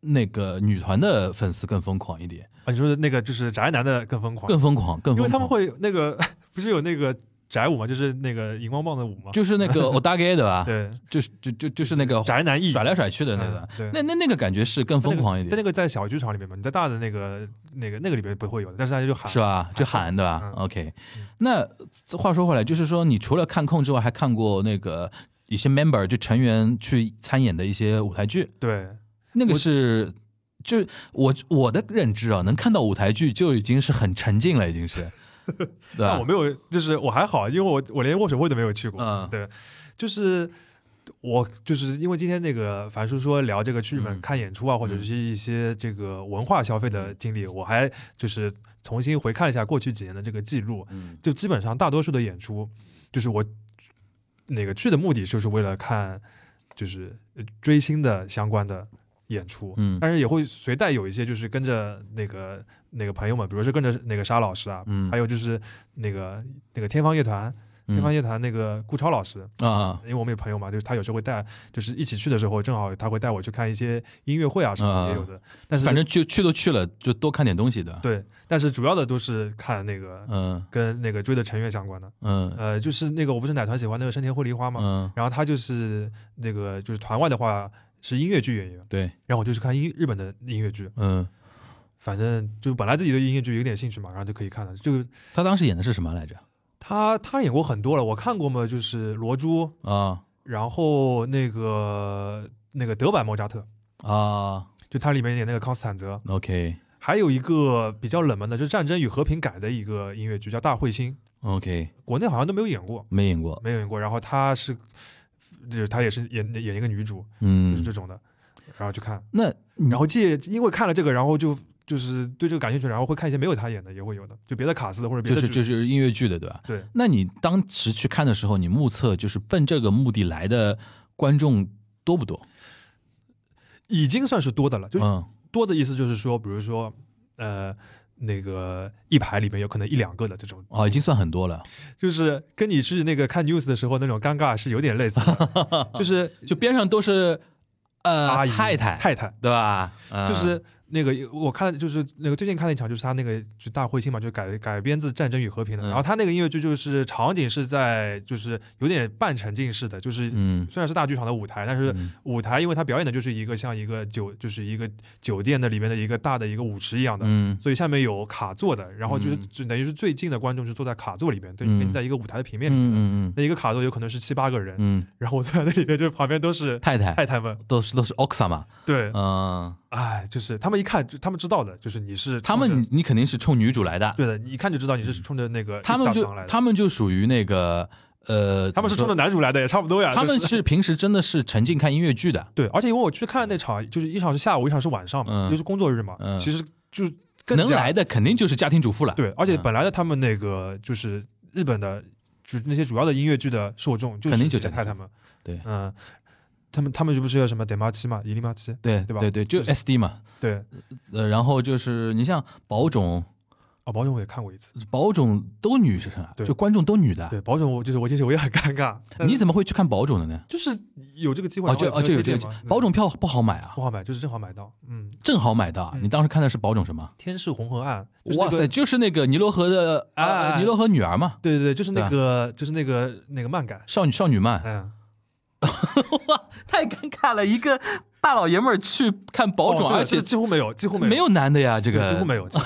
[SPEAKER 1] 那个女团的粉丝更疯狂一点，
[SPEAKER 2] 啊，你说的那个就是宅男的更疯狂，
[SPEAKER 1] 更疯狂，更
[SPEAKER 2] 因为
[SPEAKER 1] 疯
[SPEAKER 2] 他们
[SPEAKER 1] 狂。
[SPEAKER 2] 会那个 不是有那个宅舞嘛，就是那个荧光棒的舞嘛，
[SPEAKER 1] 就是那个 O D A G 的吧，
[SPEAKER 2] 对，
[SPEAKER 1] 就是就就就是那个
[SPEAKER 2] 宅男艺
[SPEAKER 1] 甩来甩去的那
[SPEAKER 2] 嗯
[SPEAKER 1] 个，
[SPEAKER 2] 对
[SPEAKER 1] 那那那个感觉是更疯狂一
[SPEAKER 2] 但
[SPEAKER 1] 点，
[SPEAKER 2] 那个在小剧场里面嘛，你在大的那个那个那个里面不会有的，但是大家就喊
[SPEAKER 1] 是啊吧？就喊对吧
[SPEAKER 2] 嗯
[SPEAKER 1] ？OK，那这话说回来，就是说你除了看控之外，还看过那个一些 member 就成员去参演的一些舞台剧。
[SPEAKER 2] 对，
[SPEAKER 1] 那个
[SPEAKER 2] 我
[SPEAKER 1] 是， 就是我我的认知啊，能看到舞台剧就已经是很沉浸了，已经是对
[SPEAKER 2] 但
[SPEAKER 1] 吧
[SPEAKER 2] 我？没有，就是我还好，因为我我连握手会都没有去过。
[SPEAKER 1] 嗯
[SPEAKER 2] 对，就是我就是因为今天那个樊叔说聊这个去日本
[SPEAKER 1] 嗯
[SPEAKER 2] 看演出啊，或者
[SPEAKER 1] 嗯
[SPEAKER 2] 是一些这个文化消费的经历，我还就是重新回看了一下过去几年的这个记录，
[SPEAKER 1] 嗯
[SPEAKER 2] 就基本上大多数的演出，就是我那个去的目的就是为了看就是呃追星的相关的演出。
[SPEAKER 1] 嗯
[SPEAKER 2] 但是也会随带有一些，就是跟着那个那个朋友们，比如说跟着那个沙老师啊，
[SPEAKER 1] 嗯
[SPEAKER 2] 还有就是那个那个天方乐团，天方
[SPEAKER 1] 嗯
[SPEAKER 2] 乐团那个顾超老师，
[SPEAKER 1] 啊啊
[SPEAKER 2] 因为我们有朋友嘛，就是他有时候会带，就是一起去的时候，正好他会带我去看一些音乐会啊什么的也有的，但是
[SPEAKER 1] 反正去去都去了，就多看点东西的。
[SPEAKER 2] 对，但是主要的都是看那个、
[SPEAKER 1] 嗯
[SPEAKER 2] 跟那个追的成员相关的，
[SPEAKER 1] 嗯
[SPEAKER 2] 呃，就是那个我不是奶团喜欢那个生田惠梨花嘛，
[SPEAKER 1] 嗯，
[SPEAKER 2] 然后他就是那个就是团外的话是音乐剧演员，
[SPEAKER 1] 对，
[SPEAKER 2] 然后我就去看音日本的音乐剧，
[SPEAKER 1] 嗯，
[SPEAKER 2] 反正就本来自己对音乐剧有点兴趣嘛，然后就可以看了。就
[SPEAKER 1] 他当时演的是什么来着？
[SPEAKER 2] 他他演过很多了，我看过嘛，就是《罗珠》，
[SPEAKER 1] 啊
[SPEAKER 2] 然后那个那个德版莫扎特，
[SPEAKER 1] 啊
[SPEAKER 2] 就他里面演那个康斯坦泽，
[SPEAKER 1] ，OK
[SPEAKER 2] 还有一个比较冷门的，就是《战争与和平》改的一个音乐剧叫《大彗星
[SPEAKER 1] OK，》，
[SPEAKER 2] 国内好像都没有演过，
[SPEAKER 1] 没演过。
[SPEAKER 2] 没有演过。然后他是，就是他也是演演一个女主，就是
[SPEAKER 1] 嗯
[SPEAKER 2] 这，种的，然后去看，
[SPEAKER 1] 那
[SPEAKER 2] 然后借因为看了这个，然后就。就是对这个感兴趣，然后会看一些没有他演的，也会有的，就别的卡司的或者别
[SPEAKER 1] 就
[SPEAKER 2] 的
[SPEAKER 1] 是
[SPEAKER 2] 剧
[SPEAKER 1] 就是音乐剧的，对吧？
[SPEAKER 2] 对。
[SPEAKER 1] 那你当时去看的时候，你目测就是奔这个目的来的观众多不多？
[SPEAKER 2] 已经算是多的了。就
[SPEAKER 1] 嗯
[SPEAKER 2] 多的意思就是说，比如说，呃，那个一排里面有可能一两个的这种，
[SPEAKER 1] 哦，已经算很多了，
[SPEAKER 2] 就是跟你去那个看 news 的时候那种尴尬是有点类似的， 就是
[SPEAKER 1] 就边上都是
[SPEAKER 2] 阿
[SPEAKER 1] 呃
[SPEAKER 2] 姨、
[SPEAKER 1] 太太，
[SPEAKER 2] 太太，
[SPEAKER 1] 对吧？嗯
[SPEAKER 2] 就是。那个我看就是那个最近看了一场，就是他那个就大彗星嘛，就改改编自《战争与和平》的。
[SPEAKER 1] 嗯
[SPEAKER 2] 然后他那个音乐剧就是场景是在就是有点半沉浸式的，就是
[SPEAKER 1] 嗯，
[SPEAKER 2] 虽然是大剧场的舞台，但是
[SPEAKER 1] 嗯
[SPEAKER 2] 舞台因为它表演的就是一个像一个酒就是一个酒店的里面的一个大的一个舞池一样的，
[SPEAKER 1] 嗯
[SPEAKER 2] 所以下面有卡座的，然后就是
[SPEAKER 1] 嗯
[SPEAKER 2] 就等于是最近的观众是坐在卡座里边，对，
[SPEAKER 1] 嗯
[SPEAKER 2] 跟在一个舞台的平面里面，
[SPEAKER 1] 嗯嗯
[SPEAKER 2] 那一个卡座有可能是七八个人，
[SPEAKER 1] 嗯，
[SPEAKER 2] 然后我坐在那里边，就旁边都是
[SPEAKER 1] 太太
[SPEAKER 2] 太太们，
[SPEAKER 1] 都是都是 oxa 嘛，
[SPEAKER 2] 对，
[SPEAKER 1] 嗯，
[SPEAKER 2] 哎，就是他们一看就他们知道的，就是你是
[SPEAKER 1] 他
[SPEAKER 2] 冲
[SPEAKER 1] 们
[SPEAKER 2] 着
[SPEAKER 1] 你肯定是冲女主来的，
[SPEAKER 2] 对的，你一看就知道你是冲着那个
[SPEAKER 1] 他
[SPEAKER 2] 大
[SPEAKER 1] 们
[SPEAKER 2] 嗓来
[SPEAKER 1] 就
[SPEAKER 2] 的
[SPEAKER 1] 他们就属于那个呃，
[SPEAKER 2] 他们是
[SPEAKER 1] 怎
[SPEAKER 2] 冲
[SPEAKER 1] 么说
[SPEAKER 2] 着男主来的，也差不多呀，
[SPEAKER 1] 他们
[SPEAKER 2] 就是
[SPEAKER 1] 是平时真的是沉浸看音乐剧的，
[SPEAKER 2] 对，而且因为我去看那场，就是一场是下午，一场是晚上嘛，
[SPEAKER 1] 嗯
[SPEAKER 2] 就是工作日嘛，
[SPEAKER 1] 嗯
[SPEAKER 2] 其实就更
[SPEAKER 1] 能
[SPEAKER 2] 加
[SPEAKER 1] 来的肯定就是家庭主妇了，
[SPEAKER 2] 对，而且
[SPEAKER 1] 嗯
[SPEAKER 2] 本来的他们那个就是日本的，就是那些主要的音乐剧的受众，就是
[SPEAKER 1] 肯定就
[SPEAKER 2] 这
[SPEAKER 1] 这
[SPEAKER 2] 些太
[SPEAKER 1] 样
[SPEAKER 2] 太们，
[SPEAKER 1] 对
[SPEAKER 2] 嗯，他们他们就不是有什么 d e m a 嘛，伊利马七，
[SPEAKER 1] 对
[SPEAKER 2] 对吧
[SPEAKER 1] 对对，就
[SPEAKER 2] 就是
[SPEAKER 1] SD 嘛，
[SPEAKER 2] 对，
[SPEAKER 1] 呃，然后就是你像宝冢，
[SPEAKER 2] 哦，保准我也看过一次，
[SPEAKER 1] 宝冢都女生啊，
[SPEAKER 2] 对
[SPEAKER 1] 就观众都女的，
[SPEAKER 2] 对，保准我就是我其实我也很尴尬，但
[SPEAKER 1] 你怎么会去看宝冢的呢？
[SPEAKER 2] 就是有这个机会，
[SPEAKER 1] 哦，就哦就有这个宝冢
[SPEAKER 2] 种
[SPEAKER 1] 票不好买啊
[SPEAKER 2] 不，好买，就是正好买到，嗯，
[SPEAKER 1] 正好买的啊。
[SPEAKER 2] 嗯
[SPEAKER 1] 你当时看的是宝冢什么？
[SPEAKER 2] 天是红河岸，就是那
[SPEAKER 1] 哇
[SPEAKER 2] 个
[SPEAKER 1] 塞，。就是那个尼罗河的
[SPEAKER 2] 哎哎
[SPEAKER 1] 啊，
[SPEAKER 2] 哎
[SPEAKER 1] 尼罗河女儿嘛，
[SPEAKER 2] 对对对，就是那
[SPEAKER 1] 对啊
[SPEAKER 2] 个，就是那个那个漫改，
[SPEAKER 1] 少女少女漫，
[SPEAKER 2] 嗯，
[SPEAKER 1] 太尴尬了，一个大老爷们儿去看宝冢，
[SPEAKER 2] 哦对
[SPEAKER 1] 而且
[SPEAKER 2] 这几乎没有，几乎没有，
[SPEAKER 1] 没有男的呀，这
[SPEAKER 2] 对
[SPEAKER 1] 个
[SPEAKER 2] 几 乎没有。几乎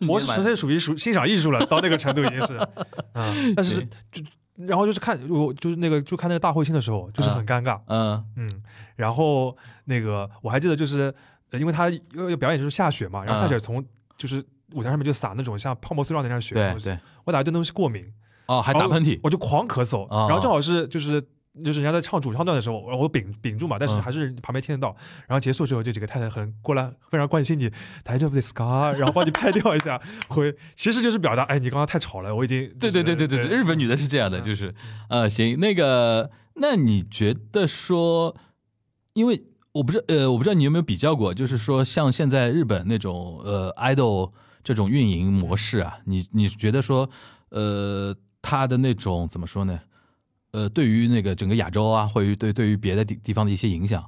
[SPEAKER 2] 没有我是纯粹属于属欣赏艺术了，到那个程度已经 是，嗯，但是
[SPEAKER 1] 对
[SPEAKER 2] 就然后就是看我就是那个就看那个大彗星的时候，就是很尴尬，
[SPEAKER 1] 嗯
[SPEAKER 2] 嗯，然后那个我还记得就是，呃因为他要要表演就是下雪嘛，
[SPEAKER 1] 嗯
[SPEAKER 2] 然后下雪从就是舞台上面就撒那种像泡沫塑料那样雪的
[SPEAKER 1] 对
[SPEAKER 2] 东西，
[SPEAKER 1] 对
[SPEAKER 2] 我打对那东西过敏，
[SPEAKER 1] 哦，还打喷嚏，
[SPEAKER 2] 我就狂咳嗽，
[SPEAKER 1] 哦
[SPEAKER 2] 然后正好是就是。就是人家在唱主唱段的时候，我我屏屏住嘛，但是
[SPEAKER 1] 嗯
[SPEAKER 2] 还是旁边听得到。然后结束之后，这几个太太很过来，非常关心你，大丈夫ですか？然后帮你拍掉一下，回其实就是表达，哎，你刚刚太吵了，我已经
[SPEAKER 1] 对对对对对对，日本女的是这样的，
[SPEAKER 2] 嗯
[SPEAKER 1] 就是，呃，行，那个，那你觉得说，因为我不知呃，我不知道你有没有比较过，就是说像现在日本那种呃 idol 这种运营模式啊，你你觉得说，呃，它的那种怎么说呢？呃，对于那个整个亚洲啊，或者对对于别的地地方的一些影响，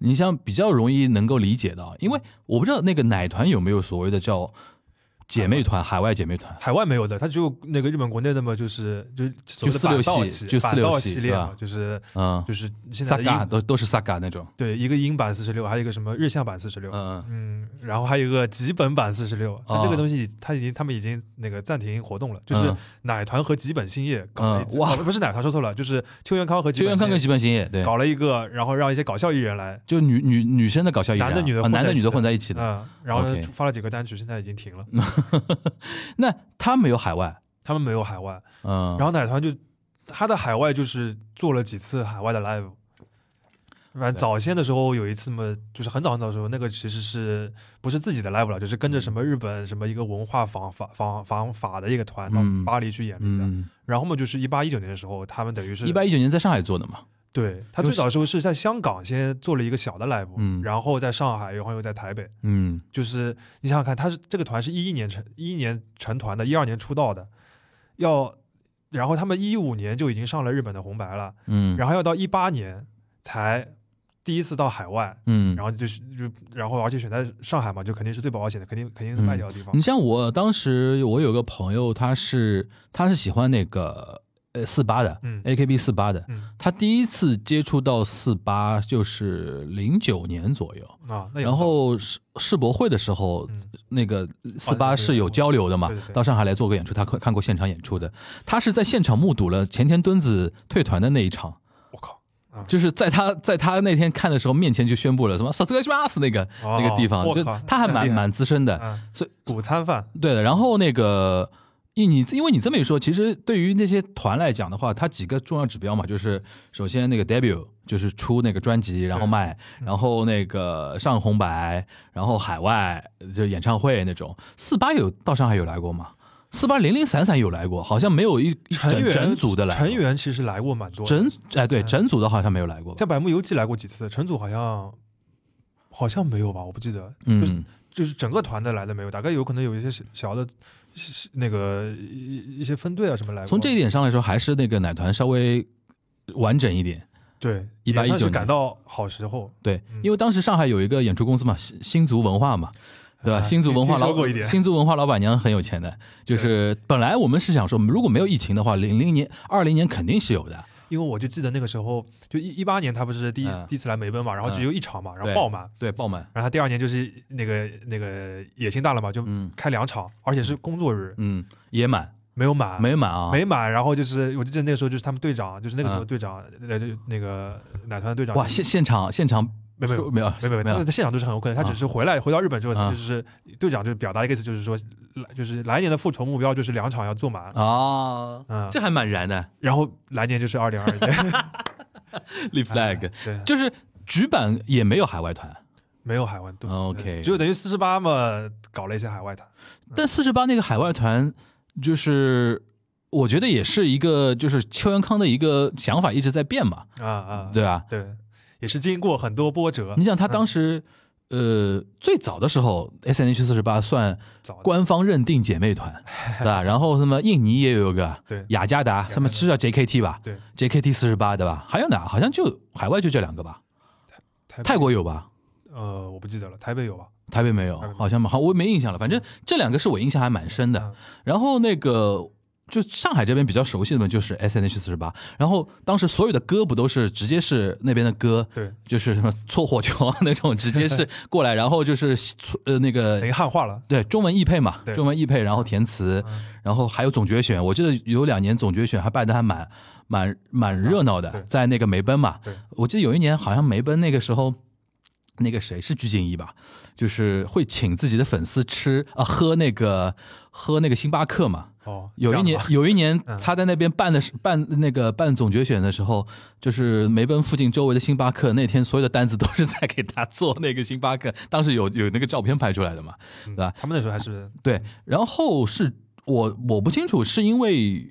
[SPEAKER 1] 你像比较容易能够理解的啊，因为我不知道那个奶团有没有所谓的叫姐妹团、海外姐妹团。
[SPEAKER 2] 海外没有的，它只有那个日本国内的嘛，就是就是所谓的
[SPEAKER 1] 四六
[SPEAKER 2] 板道
[SPEAKER 1] 系
[SPEAKER 2] 系
[SPEAKER 1] 就四
[SPEAKER 2] 板
[SPEAKER 1] 六
[SPEAKER 2] 道
[SPEAKER 1] 系
[SPEAKER 2] 系列
[SPEAKER 1] 对吧
[SPEAKER 2] 嘛，就是
[SPEAKER 1] 嗯，
[SPEAKER 2] 就是现
[SPEAKER 1] 萨
[SPEAKER 2] 在的
[SPEAKER 1] 嘎
[SPEAKER 2] 英
[SPEAKER 1] 都都是萨嘎那种，
[SPEAKER 2] 对一个英版四十六，还有一个什么日向版四十六，
[SPEAKER 1] 嗯，
[SPEAKER 2] 嗯，然后还有一个吉本版四十六，但这
[SPEAKER 1] 啊
[SPEAKER 2] 个东西它已经他们已经那个暂停活动了，就是
[SPEAKER 1] 嗯
[SPEAKER 2] 奶团和吉本兴业搞了一、
[SPEAKER 1] 嗯哇
[SPEAKER 2] 哦不是奶团说错了，就是秋元康和吉
[SPEAKER 1] 秋
[SPEAKER 2] 本
[SPEAKER 1] 元
[SPEAKER 2] 兴
[SPEAKER 1] 康
[SPEAKER 2] 业
[SPEAKER 1] 跟吉本兴业对，
[SPEAKER 2] 搞了一个，然后让一些搞笑艺人来，
[SPEAKER 1] 就女女女生的搞笑艺人啊，
[SPEAKER 2] 男的女的
[SPEAKER 1] 啊
[SPEAKER 2] 混在
[SPEAKER 1] 男的
[SPEAKER 2] 一起
[SPEAKER 1] 女的
[SPEAKER 2] 的
[SPEAKER 1] 混在一起的，
[SPEAKER 2] 嗯，然后
[SPEAKER 1] OK 嗯
[SPEAKER 2] 发了几个单曲，现在已经停了。
[SPEAKER 1] 那他没有海外，
[SPEAKER 2] 他们没有海外。
[SPEAKER 1] 嗯，
[SPEAKER 2] 然后奶团就他的海外就是做了几次海外的 live。反正
[SPEAKER 1] 对
[SPEAKER 2] 早先的时候有一次嘛，就是很早很早的时候，那个其实是不是自己的 live 了，就是跟着什么日本什么一个文化仿法仿仿法的一个团到
[SPEAKER 1] 嗯
[SPEAKER 2] 巴黎去演了一下。
[SPEAKER 1] 嗯，
[SPEAKER 2] 然后嘛，就是一八一九年的时候，他们等于是
[SPEAKER 1] 一八一九年在上海做的嘛，
[SPEAKER 2] 对他最早的时候是在香港先做了一个小的 live，、
[SPEAKER 1] 嗯
[SPEAKER 2] 然后在上海，然后又在台北。
[SPEAKER 1] 嗯，
[SPEAKER 2] 就是你想想看，他是这个团是一一年成一一年成团的，一二年出道的，要然后他们一五年就已经上了日本的红白了，
[SPEAKER 1] 嗯，
[SPEAKER 2] 然后要到一八年才第一次到海外，
[SPEAKER 1] 嗯，
[SPEAKER 2] 然后就是就然后而且选在上海嘛，就肯定是最保险的，肯定
[SPEAKER 1] 嗯
[SPEAKER 2] 肯定是卖掉的地方。
[SPEAKER 1] 你像我当时我有个朋友，他是他是喜欢那个呃四八的
[SPEAKER 2] 嗯
[SPEAKER 1] ，AKB 四八的，
[SPEAKER 2] 嗯
[SPEAKER 1] 他第一次接触到四八就是零九年左右。
[SPEAKER 2] 啊，那也
[SPEAKER 1] 哎然
[SPEAKER 2] 不错
[SPEAKER 1] 后世世博会的时候，
[SPEAKER 2] 嗯
[SPEAKER 1] 那个四
[SPEAKER 2] 哦对对
[SPEAKER 1] 八
[SPEAKER 2] 对
[SPEAKER 1] 是有交流的嘛
[SPEAKER 2] 对对，对
[SPEAKER 1] 到上海来做个演出，他看看过现场演出的，他是在现场目睹了前田敦子退团的那一场，
[SPEAKER 2] 我靠，
[SPEAKER 1] 就是在他在他那天看的时候，面前就宣布了什么 s u c c e s 那个那
[SPEAKER 2] 哦
[SPEAKER 1] 个地方，
[SPEAKER 2] 我
[SPEAKER 1] 就
[SPEAKER 2] 靠
[SPEAKER 1] 他还
[SPEAKER 2] 那
[SPEAKER 1] 蛮
[SPEAKER 2] 厉害
[SPEAKER 1] 蛮资深的，
[SPEAKER 2] 嗯，
[SPEAKER 1] 所以
[SPEAKER 2] 午餐饭，
[SPEAKER 1] 对的。然后那个，因你因为你这么一说，其实对于那些团来讲的话，它几个重要指标嘛，就是首先那个 debut 就是出那个专辑，然后卖，然后那个上红白，然后海外就演唱会那种。四八有到上海有来过吗？四八零零散散有来过，好像没有一一
[SPEAKER 2] 成
[SPEAKER 1] 整
[SPEAKER 2] 员
[SPEAKER 1] 整组的来过
[SPEAKER 2] 成员其实来过蛮多的，
[SPEAKER 1] 整哎对
[SPEAKER 2] 嗯
[SPEAKER 1] 整组的好像没有来过吧，
[SPEAKER 2] 像百慕游记来过几次，陈组好像好像没有吧，我不记得，就是
[SPEAKER 1] 嗯。
[SPEAKER 2] 就是整个团的来的没有，大概有可能有一些小小的是那个一一些分队啊什么来过。
[SPEAKER 1] 从这一点上来说，还是那个奶团稍微完整一点。
[SPEAKER 2] 对
[SPEAKER 1] 1819
[SPEAKER 2] 也算是
[SPEAKER 1] 年
[SPEAKER 2] 赶到好时候，
[SPEAKER 1] 对
[SPEAKER 2] 嗯，
[SPEAKER 1] 因为当时上海有一个演出公司嘛，新新族文化嘛，对吧？
[SPEAKER 2] 啊
[SPEAKER 1] 新族文化
[SPEAKER 2] 听
[SPEAKER 1] 老
[SPEAKER 2] 说过一点
[SPEAKER 1] 新族文化老板娘很有钱的，就是本来我们是想说，如果没有疫情的话，零零年、二零年肯定是有的。
[SPEAKER 2] 因为我就记得那个时候，就一一八年他不是第一、
[SPEAKER 1] 嗯
[SPEAKER 2] 第一次来梅奔嘛，然后只有一场嘛，然后
[SPEAKER 1] 对
[SPEAKER 2] 爆满，
[SPEAKER 1] 对，爆满，
[SPEAKER 2] 然后他第二年就是那个那个野心大了嘛，就
[SPEAKER 1] 嗯
[SPEAKER 2] 开两场，而且是工作日，
[SPEAKER 1] 嗯，也满，
[SPEAKER 2] 没有满，
[SPEAKER 1] 没满啊，
[SPEAKER 2] 没满，然后就是我就记得那个时候就是他们队长，就是那个时候
[SPEAKER 1] 嗯
[SPEAKER 2] 队长，呃，就那个奶团的队长，
[SPEAKER 1] 哇，现现场现场
[SPEAKER 2] 没没
[SPEAKER 1] 说没有
[SPEAKER 2] 啊没没没，
[SPEAKER 1] 没
[SPEAKER 2] 他
[SPEAKER 1] 有
[SPEAKER 2] 在现场都是很有可能，他
[SPEAKER 1] 啊
[SPEAKER 2] 只是回来回到日本之后，他
[SPEAKER 1] 啊
[SPEAKER 2] 就是队长就表达一个意思，就是说，来就是来年的复仇目标就是两场要做满，
[SPEAKER 1] 啊，
[SPEAKER 2] 嗯，
[SPEAKER 1] 这还蛮燃的
[SPEAKER 2] 然后来年就是二零 二年
[SPEAKER 1] 立 flag，
[SPEAKER 2] 对，
[SPEAKER 1] 就是局版也没有海外团，
[SPEAKER 2] 没有海外队
[SPEAKER 1] 嗯，OK
[SPEAKER 2] 只有啊等于四十八嘛，搞了一些海外团，
[SPEAKER 1] 但四十八那个海外团，就是我觉得也是一个，就是邱元康的一个想法一直在变嘛，
[SPEAKER 2] 啊啊，
[SPEAKER 1] 对嗯吧？
[SPEAKER 2] 对，也是经过很多波折
[SPEAKER 1] 你，想他当时，呃，最早的时候，S N H 四十八算
[SPEAKER 2] 早的
[SPEAKER 1] 官方认定姐妹团， 对吧？然后什么印尼也有个
[SPEAKER 2] 对
[SPEAKER 1] 雅加达，
[SPEAKER 2] 达
[SPEAKER 1] 什么是叫 J K T 吧
[SPEAKER 2] 对
[SPEAKER 1] ，J K T 四十八对吧？还有哪？好像就海外就这两个吧，
[SPEAKER 2] 台
[SPEAKER 1] 泰
[SPEAKER 2] 北
[SPEAKER 1] 国有吧？
[SPEAKER 2] 呃我不记得了，台北有吧？
[SPEAKER 1] 台北没有
[SPEAKER 2] 台北没，有
[SPEAKER 1] 好像好，我没印象了。反正这两个是我印象还蛮深的。
[SPEAKER 2] 嗯
[SPEAKER 1] 然后那个就上海这边比较熟悉的嘛，就是 S N H 四十八。然后当时所有的歌不都是直接是那边的歌，
[SPEAKER 2] 对，
[SPEAKER 1] 就是什么搓火球啊那种，直接 是过来，然后就是呃那
[SPEAKER 2] 等
[SPEAKER 1] 个
[SPEAKER 2] 于汉化了，
[SPEAKER 1] 对中文译配嘛，
[SPEAKER 2] 哎对嗯
[SPEAKER 1] 中文译配，然后填词，然后还有总决选。我记得有两年总决选还办的还蛮蛮蛮热闹
[SPEAKER 2] 啊对
[SPEAKER 1] 的，在那个梅奔嘛
[SPEAKER 2] 对。
[SPEAKER 1] 我记得有一年好像梅奔那个时候。那个谁是鞠婧祎吧，就是会请自己的粉丝吃啊喝那个喝那个星巴克嘛，
[SPEAKER 2] 哦，
[SPEAKER 1] 有
[SPEAKER 2] 这
[SPEAKER 1] 一
[SPEAKER 2] 样的
[SPEAKER 1] 年
[SPEAKER 2] 吧，
[SPEAKER 1] 有一年
[SPEAKER 2] 嗯
[SPEAKER 1] 他在那边办的是办那个办总决选的时候，就是梅奔附近周围的星巴克，那天所有的单子都是在给他做那个星巴克，当时有有那个照片拍出来的嘛，对吧？
[SPEAKER 2] 他们那时候还是
[SPEAKER 1] 对，然后是我我不清楚是因为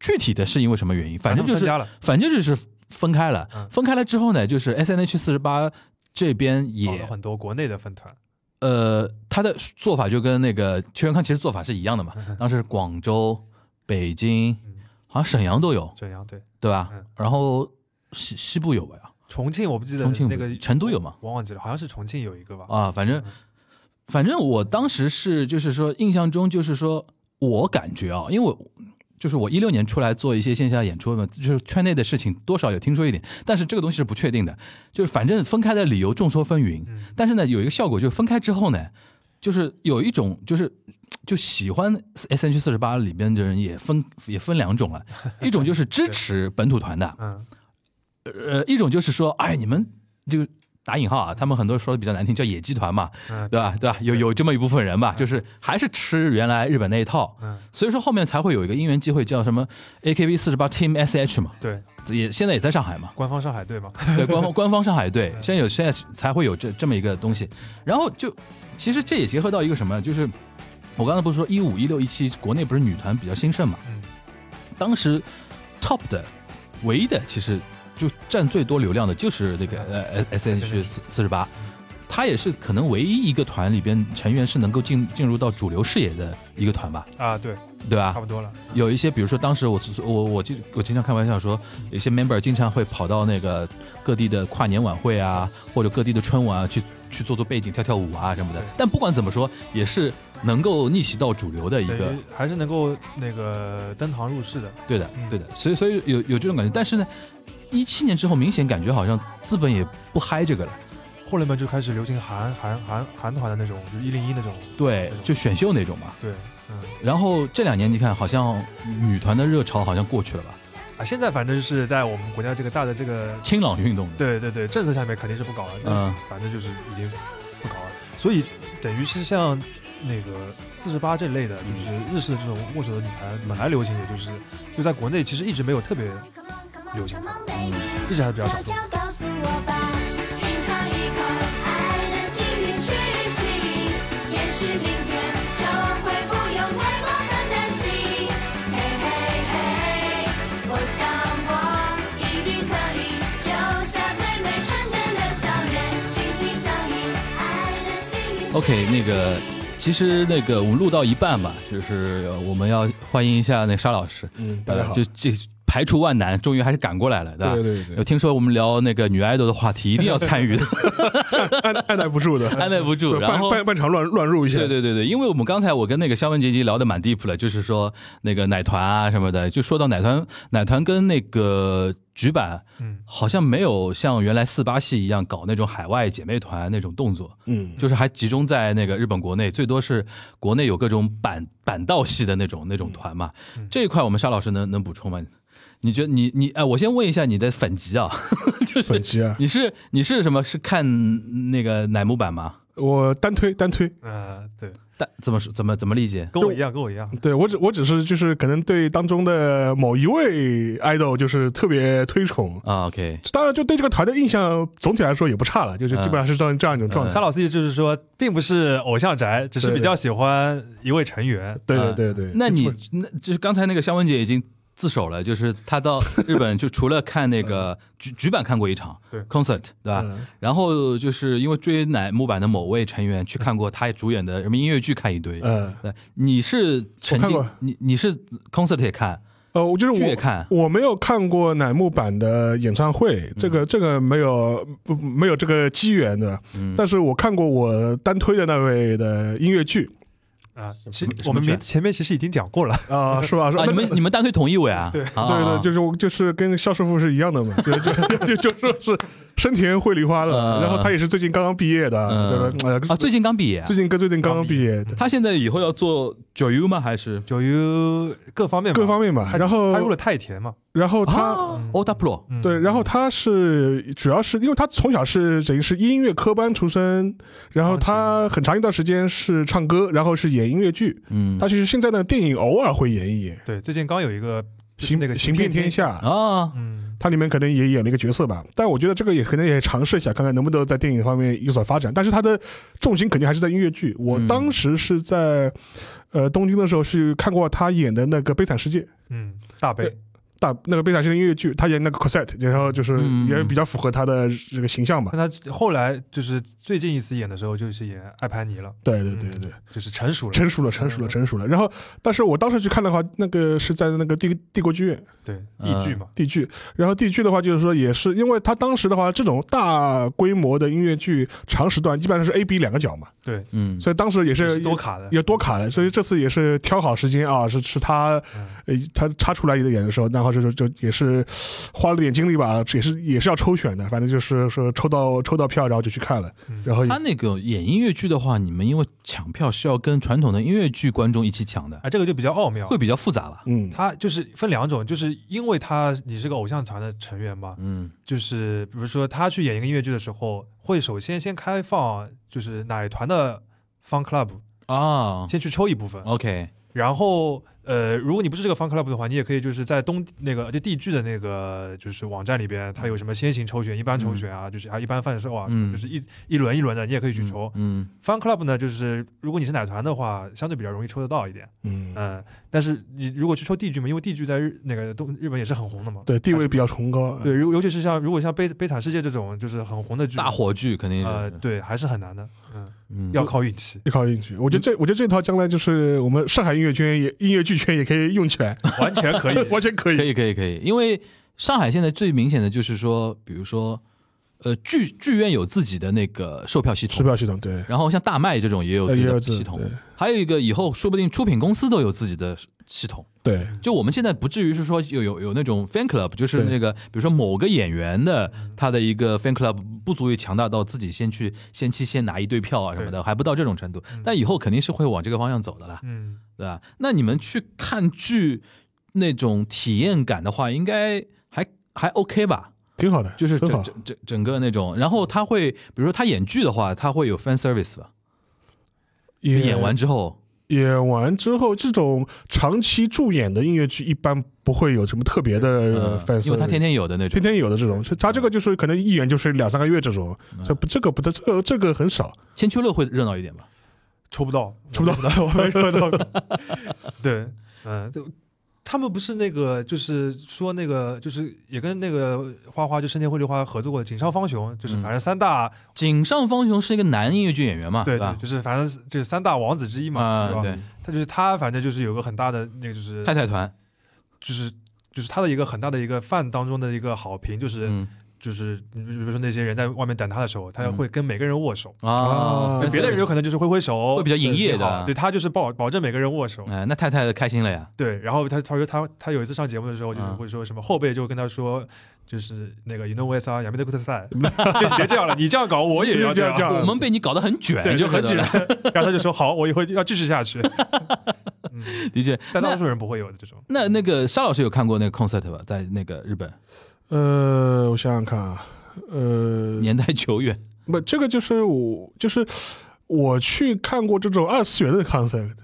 [SPEAKER 1] 具体的是因为什么原因，反正就
[SPEAKER 2] 分
[SPEAKER 1] 是
[SPEAKER 2] 家了，
[SPEAKER 1] 反正就是分开了
[SPEAKER 2] 嗯，
[SPEAKER 1] 分开了之后呢，就是 S N H 四十八这边
[SPEAKER 2] 搞了
[SPEAKER 1] 也
[SPEAKER 2] 很多国内的分团，
[SPEAKER 1] 呃，他的做法就跟那个邱元康其实做法是一样的嘛。当时广州、北京
[SPEAKER 2] 嗯，
[SPEAKER 1] 好像沈阳都有，
[SPEAKER 2] 沈阳对。
[SPEAKER 1] 对吧
[SPEAKER 2] 嗯？
[SPEAKER 1] 然后西西部有吧？
[SPEAKER 2] 重庆我不记得
[SPEAKER 1] 重庆
[SPEAKER 2] 那
[SPEAKER 1] 不
[SPEAKER 2] 个
[SPEAKER 1] 成都有吗？
[SPEAKER 2] 我忘记了，好像是重庆有一个吧？
[SPEAKER 1] 啊，反正
[SPEAKER 2] 嗯
[SPEAKER 1] 反正我当时是就是说印象中就是说我感觉啊，因为我。就是我一六年出来做一些线下演出嘛，就是圈内的事情多少有听说一点，但是这个东西是不确定的，就是反正分开的理由众说纷纭，
[SPEAKER 2] 嗯
[SPEAKER 1] 但是呢，有一个效果，就是分开之后呢，就是有一种就是就喜欢 S H 四十八里边的人也分也分两种了，一种就是支持本土团的，
[SPEAKER 2] 嗯
[SPEAKER 1] 呃，一种就是说，哎，你们就打引号啊，他们很多说的比较难听，叫野鸡团嘛，
[SPEAKER 2] 嗯，
[SPEAKER 1] 对吧？对吧？有有这么一部分人吧，
[SPEAKER 2] 嗯
[SPEAKER 1] 就是还是吃原来日本那一套，
[SPEAKER 2] 嗯，
[SPEAKER 1] 所以说后面才会有一个因缘机会叫什么 AKB 四十八 Team SH 嘛，
[SPEAKER 2] 对，
[SPEAKER 1] 也现在也在上海 嘛，
[SPEAKER 2] 官方上海队嘛，
[SPEAKER 1] 对，官方官方上海队
[SPEAKER 2] 嗯
[SPEAKER 1] 现在有现在才会有这这么一个东西，然后就其实这也结合到一个什么，就是我刚才不是说一五一六一七国内不是女团比较兴盛嘛，
[SPEAKER 2] 嗯，
[SPEAKER 1] 当时 top 的唯一的其实就占最多流量的就是那个呃 S H 四四十八，她也是可能唯一一个团里边成员是能够进进入到主流视野的一个团吧，
[SPEAKER 2] 啊，对，
[SPEAKER 1] 对吧？
[SPEAKER 2] 差不多了，
[SPEAKER 1] 有一些，比如说当时我我我经我经常开玩笑说，有些 member 经常会跑到那个各地的跨年晚会啊，或者各地的春晚啊，去去做做背景、跳跳舞啊什么的
[SPEAKER 2] 对。
[SPEAKER 1] 但不管怎么说，也是能够逆袭到主流的一
[SPEAKER 2] 等
[SPEAKER 1] 个，
[SPEAKER 2] 于还是能够那个登堂入室的，
[SPEAKER 1] 对的，
[SPEAKER 2] 嗯
[SPEAKER 1] 对的。所以所以有有这种感觉，但是呢，一七年之后明显感觉好像资本也不嗨这个了，
[SPEAKER 2] 后来嘛就开始流行韩韩韩韩团的那种，就一零一那种，
[SPEAKER 1] 对，就选秀那种嘛。
[SPEAKER 2] 对，嗯，
[SPEAKER 1] 然后这两年你看，好像女团的热潮好像过去了吧，
[SPEAKER 2] 啊，现在反正就是在我们国家这个大的这个
[SPEAKER 1] 清朗运动的，
[SPEAKER 2] 对对对，政策下面肯定是不搞了，但
[SPEAKER 1] 嗯
[SPEAKER 2] 是反正就是已经不搞了，所以等于是像那个四十八这类的，
[SPEAKER 1] 嗯
[SPEAKER 2] 就是日式的这种握手的女团，本来流行也就是就在国内其实一直没有特别，
[SPEAKER 3] 流行吧，嗯
[SPEAKER 2] 一直还比较
[SPEAKER 3] 悄
[SPEAKER 2] 少
[SPEAKER 3] 悄
[SPEAKER 2] 众。
[SPEAKER 3] 告诉我吧，品尝一口爱的幸运去情，也许明天就会不用太过分担心。嘿嘿嘿，我想我一定可以留下最美纯真的笑脸，心心相印，爱的幸运。
[SPEAKER 1] OK，那个其实那个我们录到一半吧，就是呃我们要欢迎一下那沙老师，
[SPEAKER 4] 嗯，大家好，
[SPEAKER 1] 呃就这排除万难，终于还是赶过来了，对吧？
[SPEAKER 4] 对对对
[SPEAKER 1] 有听说我们聊那个女爱豆的话题，一定要参与的，
[SPEAKER 4] 按按耐不住的，
[SPEAKER 1] 按耐不 住。
[SPEAKER 4] 对
[SPEAKER 1] 然
[SPEAKER 4] 半
[SPEAKER 1] 后，
[SPEAKER 4] 半半场乱乱入一
[SPEAKER 1] 哦
[SPEAKER 4] 下，
[SPEAKER 1] 对对对对，因为我们刚才我跟那个肖文杰杰聊的蛮 deep 了，就是说那个奶团啊什么的，就说到奶团，奶团跟那个局版
[SPEAKER 2] 嗯，
[SPEAKER 1] 好像没有像原来四八系一样搞那种海外姐妹团那种动作，
[SPEAKER 4] 嗯，
[SPEAKER 1] 就是还集中在那个日本国内，最多是国内有各种板板道系的那种那种团嘛。
[SPEAKER 2] 嗯
[SPEAKER 1] 这一块我们沙老师能能补充吗？你觉得你你哎，我先问一下你的粉籍啊，
[SPEAKER 4] 本集啊，
[SPEAKER 1] 你是你是什么？是看那个乃木坂吗？
[SPEAKER 4] 我单推单推，
[SPEAKER 2] 呃，对，
[SPEAKER 1] 但怎么说怎么怎么理解？
[SPEAKER 2] 跟我一样，跟我一样，
[SPEAKER 4] 对我只我只是就是可能对当中的某一位 idol 就是特别推崇，
[SPEAKER 1] 啊，OK，
[SPEAKER 4] 当然就对这个团的印象总体来说也不差了，就是基本上是这样这样一种状
[SPEAKER 1] 嗯
[SPEAKER 4] 态。
[SPEAKER 2] 沙老师意思就是说，并不是偶像宅，只是
[SPEAKER 4] 对
[SPEAKER 2] 比较喜欢一位成员。
[SPEAKER 4] 对
[SPEAKER 1] 嗯
[SPEAKER 4] 对对对，
[SPEAKER 1] 那你那就是刚才那个肖文姐已经自首了，就是她到日本就除了看那个 局局版看过一场
[SPEAKER 2] 对
[SPEAKER 1] concert，对吧？
[SPEAKER 4] 嗯
[SPEAKER 1] 然后就是因为追乃木坂的某位成员去看过他主演的什么音乐剧，看一堆。
[SPEAKER 4] 嗯
[SPEAKER 1] 对，你是沉浸
[SPEAKER 4] 我看过，
[SPEAKER 1] 你你是 concert 也看，
[SPEAKER 4] 呃，我就是
[SPEAKER 1] 剧也
[SPEAKER 4] 我。
[SPEAKER 1] 看，
[SPEAKER 4] 我没有看过乃木坂的演唱
[SPEAKER 1] 嗯
[SPEAKER 4] 会，这个这个没有不没有这个机缘的，
[SPEAKER 1] 嗯，
[SPEAKER 4] 但是我看过我单推的那位的音乐剧
[SPEAKER 2] 啊，其
[SPEAKER 1] 什么
[SPEAKER 2] 我们
[SPEAKER 1] 什么
[SPEAKER 2] 明前面其实已经讲过 了，
[SPEAKER 4] 啊、是吧？是吧
[SPEAKER 1] 啊，你
[SPEAKER 4] 那
[SPEAKER 1] 们你们单推同一位啊？
[SPEAKER 2] 对
[SPEAKER 1] 啊
[SPEAKER 4] 对
[SPEAKER 1] 啊
[SPEAKER 4] 对，就是我就是跟肖师傅是一样的嘛，就就就就说是 生田绘梨花
[SPEAKER 1] 嗯
[SPEAKER 4] 的，然后他也是最近刚刚毕业的，
[SPEAKER 1] 嗯
[SPEAKER 4] 对吧？
[SPEAKER 1] 啊，最近刚毕业啊
[SPEAKER 4] 呃，最近跟最近刚刚毕业，
[SPEAKER 1] 他现在以后要做 JU 吗？还是
[SPEAKER 2] 九 U 各方面吧
[SPEAKER 4] 各方面吧。
[SPEAKER 2] 他
[SPEAKER 4] 然
[SPEAKER 2] 他入
[SPEAKER 4] 后
[SPEAKER 2] 了太田嘛，
[SPEAKER 4] 然后他
[SPEAKER 1] 啊 o d a Pro
[SPEAKER 2] 嗯
[SPEAKER 4] 对，然后他是主要是因为他从小是等于是音乐科班出身，然后他很长一段时间是唱歌，然后是演音乐剧，
[SPEAKER 1] 嗯
[SPEAKER 4] 他其实现在呢电影偶尔会演一演，
[SPEAKER 2] 对，最近刚有一个就是
[SPEAKER 4] 行
[SPEAKER 2] 那个
[SPEAKER 4] 行遍天，下。
[SPEAKER 1] 啊，
[SPEAKER 2] 嗯，
[SPEAKER 4] 他里面可能也演了一个角色吧，但我觉得这个也可能也尝试一下，看看能不能在电影方面有所发展。但是他的重心肯定还是在音乐剧。我
[SPEAKER 1] 嗯
[SPEAKER 4] 当时是在，呃，东京的时候是看过他演的那个《悲惨世界》
[SPEAKER 2] 嗯，大悲
[SPEAKER 4] 对大那个《悲惨世界》音乐剧，他演那个 Cosette，然后就是
[SPEAKER 1] 嗯
[SPEAKER 4] 也比较符合他的这个形象吧。
[SPEAKER 2] 但他后来就是最近一次演的时候，就是演艾潘尼了，
[SPEAKER 4] 对对对对，
[SPEAKER 2] 就是成熟了。
[SPEAKER 4] 成熟了，成熟了，成熟了。然后，但是我当时去看的话，那个是在那个帝帝国剧院
[SPEAKER 2] 对，
[SPEAKER 1] 嗯
[SPEAKER 2] 译剧嘛，
[SPEAKER 4] 地剧，然后地剧的话，就是说也是因为他当时的话，这种大规模的音乐剧长时段，基本上是 A B 两个角嘛。
[SPEAKER 2] 对，
[SPEAKER 1] 嗯，
[SPEAKER 4] 所以当时也
[SPEAKER 2] 也
[SPEAKER 4] 是
[SPEAKER 2] 是多卡的，
[SPEAKER 4] 也多卡了，所以这次也是挑好时间啊，是是他
[SPEAKER 2] 嗯
[SPEAKER 4] 呃他插出来的演的时候，然后后就就就也是花了点精力吧，也是也是要抽选的，反正就是说抽到抽到票，然后就去看了，然后也
[SPEAKER 1] 他那个演音乐剧的话，你们因为抢票是要跟传统的音乐剧观众一起抢的，
[SPEAKER 2] 啊，这个就比较奥妙
[SPEAKER 1] 会。比较复杂吧？
[SPEAKER 4] 嗯
[SPEAKER 2] 它就是分两种，就是因为他你是个偶像团的成员嘛，
[SPEAKER 1] 嗯，
[SPEAKER 2] 就是比如说他去演一个音乐剧的时候，会首先先开放就是哪一团的 fan club
[SPEAKER 1] 啊
[SPEAKER 2] 先去抽一部分，
[SPEAKER 1] ，OK，
[SPEAKER 2] 然后呃，如果你不是这个 fan club 的话，你也可以就是在东那个就地剧的那个就是网站里边，它有什么先行抽选、一般抽选啊，就是还有一般贩售啊，
[SPEAKER 1] 嗯
[SPEAKER 2] 就是一一轮一轮的，你也可以去抽。
[SPEAKER 1] 嗯，
[SPEAKER 2] fan club 呢，就是如果你是奶团的话，相对比较容易抽得到一点，
[SPEAKER 4] 嗯，
[SPEAKER 1] 呃
[SPEAKER 2] 嗯，但是你如果去抽地剧嘛，因为地剧在日那个东日本也是很红的嘛，
[SPEAKER 4] 对地位比较崇高，，
[SPEAKER 2] 对，尤尤其是像如果像悲悲惨世界这种就是很红的剧，
[SPEAKER 1] 大火剧肯定
[SPEAKER 2] 呃，
[SPEAKER 1] 是，
[SPEAKER 2] 对，还是很难的，嗯，
[SPEAKER 1] 嗯，
[SPEAKER 2] 要靠运气
[SPEAKER 4] 依靠进去。我觉得这，我觉得这套将来就是我们上海音乐圈也音乐剧圈也可以用起来，
[SPEAKER 2] 完全可以，
[SPEAKER 4] 完全可以。
[SPEAKER 1] 可以可以可以，因为上海现在最明显的就是说，比如说，呃，剧剧院有自己的那个售票系
[SPEAKER 4] 售
[SPEAKER 1] 统，
[SPEAKER 4] 票系统对，
[SPEAKER 1] 然后像大麦这种也有
[SPEAKER 4] 呃
[SPEAKER 1] 自己
[SPEAKER 4] 也
[SPEAKER 1] 的
[SPEAKER 4] 有自
[SPEAKER 1] 系统
[SPEAKER 4] 对，
[SPEAKER 1] 还有一个以后说不定出品公司都有自己的系统。
[SPEAKER 4] 对
[SPEAKER 1] 就我们现在不至于是说有有有那种 fan club，就是
[SPEAKER 4] 对
[SPEAKER 1] 那个比如说某个演员的
[SPEAKER 2] 嗯
[SPEAKER 1] 他的一个 fan club 不足以强大到自己先去先期先拿一堆票啊什么的，还不到这种程度。但以后肯定是会往这个方向走的啦，
[SPEAKER 2] 嗯，
[SPEAKER 1] 对吧？那你们去看剧那种体验感的话，应该还还 OK 吧？
[SPEAKER 4] 挺好的，
[SPEAKER 1] 就是
[SPEAKER 4] 很
[SPEAKER 1] 整
[SPEAKER 4] 好。
[SPEAKER 1] 整整整个那种，然后他会，比如说他演剧的话，他会有 fan service 吧？
[SPEAKER 4] 也
[SPEAKER 1] 演完之后，
[SPEAKER 4] 演完之后，这种长期驻演的音乐剧一般不会有什么特别的
[SPEAKER 1] 嗯
[SPEAKER 4] f a n
[SPEAKER 1] 因为他天天嗯有的那种
[SPEAKER 4] 呃天。天有的这种，他这个就是可能一演就是两三个月这种，
[SPEAKER 1] 嗯
[SPEAKER 4] 这不这个不这这个这个很少，
[SPEAKER 1] 千秋乐会热闹一点吧？
[SPEAKER 2] 抽不 到，
[SPEAKER 4] 抽不到，
[SPEAKER 2] 我没抽到， 对，嗯，就他们不是那个，就是说那个，就是也跟那个花花就深田绘梨花合作过的井上方雄，就是
[SPEAKER 1] 嗯
[SPEAKER 2] 反正三大，
[SPEAKER 1] 井上方雄是一个男音乐剧演员嘛，
[SPEAKER 2] 对
[SPEAKER 1] 吧
[SPEAKER 2] 对，？就是反正就是三大王子之一嘛，
[SPEAKER 1] 啊
[SPEAKER 2] 啊对，吧？
[SPEAKER 1] 对，
[SPEAKER 2] 他就是他，反正就是有个很大的那个，就是
[SPEAKER 1] 太太团，
[SPEAKER 2] 就是就是他的一个很大的一个饭当中的一个好评，就是
[SPEAKER 1] 嗯
[SPEAKER 2] 就是比比如说那些人在外面等他的时候，他
[SPEAKER 1] 嗯
[SPEAKER 2] 会跟每个人握手，
[SPEAKER 1] 啊
[SPEAKER 4] 啊，
[SPEAKER 1] 分
[SPEAKER 2] 别的人有可能就是挥挥手，
[SPEAKER 1] 会比较营业的
[SPEAKER 2] 对你好对他就是保保证每个人握手。
[SPEAKER 1] 哎，那太太开心了呀，
[SPEAKER 2] 对，然后他他说他他有一次上节目的时候，就是
[SPEAKER 1] 嗯
[SPEAKER 2] 会说什么后辈就跟他说，就是那个 you know what 啊，亚美德库特赛， 就你别这样了，你这样搞我也要
[SPEAKER 4] 这样
[SPEAKER 2] 样，
[SPEAKER 4] 嗯
[SPEAKER 1] 我们被你搞得很卷，
[SPEAKER 2] 对，就很
[SPEAKER 1] 觉
[SPEAKER 2] 卷
[SPEAKER 1] 得。
[SPEAKER 2] 然后他就说好，我以后要继续下 去。
[SPEAKER 1] 的确，
[SPEAKER 2] 但大
[SPEAKER 1] 那
[SPEAKER 2] 多数人不会有的这种，
[SPEAKER 1] 那那个沙老师有看过那个 concert 吧？在那个日本，
[SPEAKER 4] 呃，我想想看啊，呃，
[SPEAKER 1] 年代久 远，
[SPEAKER 4] 不，这个就是我就是我去看过这种二次元的 concept，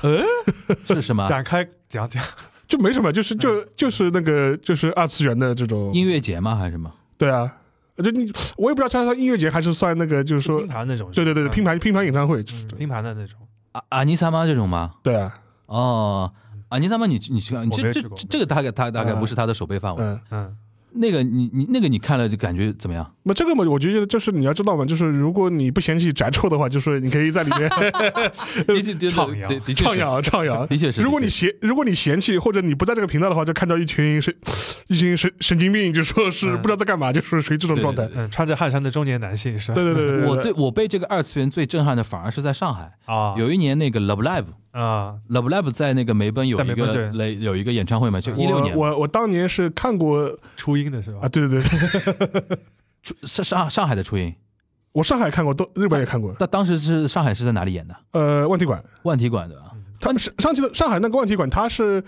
[SPEAKER 1] 是 什
[SPEAKER 4] 啊
[SPEAKER 1] 么
[SPEAKER 2] 展开讲讲，
[SPEAKER 4] 就没什么，就是就就是那个就是二次元的这种
[SPEAKER 1] 嗯音，乐节吗？还是什么？
[SPEAKER 4] 对啊，就你我也不知道它它音乐节还是算那个就是说
[SPEAKER 2] 拼，盘那种，
[SPEAKER 4] 对对对对，
[SPEAKER 2] 嗯
[SPEAKER 4] 拼盘拼盘演唱会，就是
[SPEAKER 2] 嗯拼盘的那种。
[SPEAKER 1] 啊阿尼萨妈这种吗？
[SPEAKER 4] 对啊，
[SPEAKER 1] 哦，阿尼萨妈，你你去看，你
[SPEAKER 2] 我
[SPEAKER 1] 这
[SPEAKER 2] 没
[SPEAKER 1] 这
[SPEAKER 2] 去过
[SPEAKER 1] 这个大概大大概
[SPEAKER 4] 嗯
[SPEAKER 1] 不是他的手背范围。
[SPEAKER 4] 嗯。
[SPEAKER 2] 嗯，
[SPEAKER 1] 那个你你那个你看了就感觉怎么样？
[SPEAKER 4] 那这个嘛，我就觉得就是你要知道嘛，就是如果你不嫌弃宅臭的话，就是你可以在里面
[SPEAKER 1] 的确的
[SPEAKER 2] 徜徉
[SPEAKER 1] 的的确是
[SPEAKER 4] 畅扬畅扬。
[SPEAKER 1] 的确是。
[SPEAKER 4] 如果
[SPEAKER 1] 的
[SPEAKER 4] 你
[SPEAKER 1] 确是
[SPEAKER 4] 嫌如果你嫌弃或者你不在这个频道的话，就看到一群神一群神神经病，就说是
[SPEAKER 2] 嗯
[SPEAKER 4] 不知道在干嘛，就是属于这种
[SPEAKER 1] 对
[SPEAKER 4] 状
[SPEAKER 1] 对
[SPEAKER 4] 态。
[SPEAKER 2] 嗯，穿着汗衫的中年男性是吧？
[SPEAKER 4] 对对对对，
[SPEAKER 1] 我对我被这个二次元最震撼的，反而是在上海。
[SPEAKER 2] 啊，
[SPEAKER 1] 有一年那个 Love Live。
[SPEAKER 2] 啊，
[SPEAKER 1] Love Lab 在那个梅奔有
[SPEAKER 2] 在
[SPEAKER 1] 一
[SPEAKER 2] 梅奔
[SPEAKER 1] 个
[SPEAKER 2] 对
[SPEAKER 1] 雷有一个演唱会嘛，就一六
[SPEAKER 4] 我
[SPEAKER 1] 年嘛
[SPEAKER 4] 我我当年是看过
[SPEAKER 2] 初音的是吧？
[SPEAKER 4] 啊，对对对，
[SPEAKER 1] 出上上上海的初音，
[SPEAKER 4] 我上海看过，都日本也看过。
[SPEAKER 1] 那当时是上海是在哪里演的？
[SPEAKER 4] 呃，万体馆，
[SPEAKER 1] 万体馆对吧？
[SPEAKER 4] 他上上期的上海那个万体馆，它是。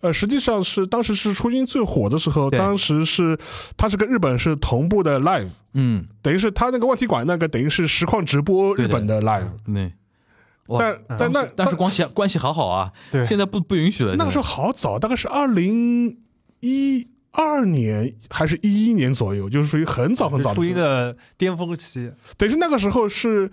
[SPEAKER 4] 呃，实际上是当时是初音最火的时候，
[SPEAKER 1] 对
[SPEAKER 4] 当时是它是跟日本是同步的 live，
[SPEAKER 1] 嗯，
[SPEAKER 4] 等于是它那个万体馆那个等于是实况直播
[SPEAKER 1] 对
[SPEAKER 4] 日
[SPEAKER 1] 的
[SPEAKER 4] 本的 live，
[SPEAKER 2] 嗯
[SPEAKER 1] 对。哇，
[SPEAKER 4] 但但那
[SPEAKER 1] 但是关系关系好好啊，
[SPEAKER 2] 对
[SPEAKER 1] 现在不不允许了。
[SPEAKER 4] 那个时候
[SPEAKER 1] 现
[SPEAKER 4] 好早，大概是二零一二年还是一一年左右，就是属于很早很早
[SPEAKER 2] 初音
[SPEAKER 4] 的时候。
[SPEAKER 2] 的巅峰期，
[SPEAKER 4] 等于是那个时候是，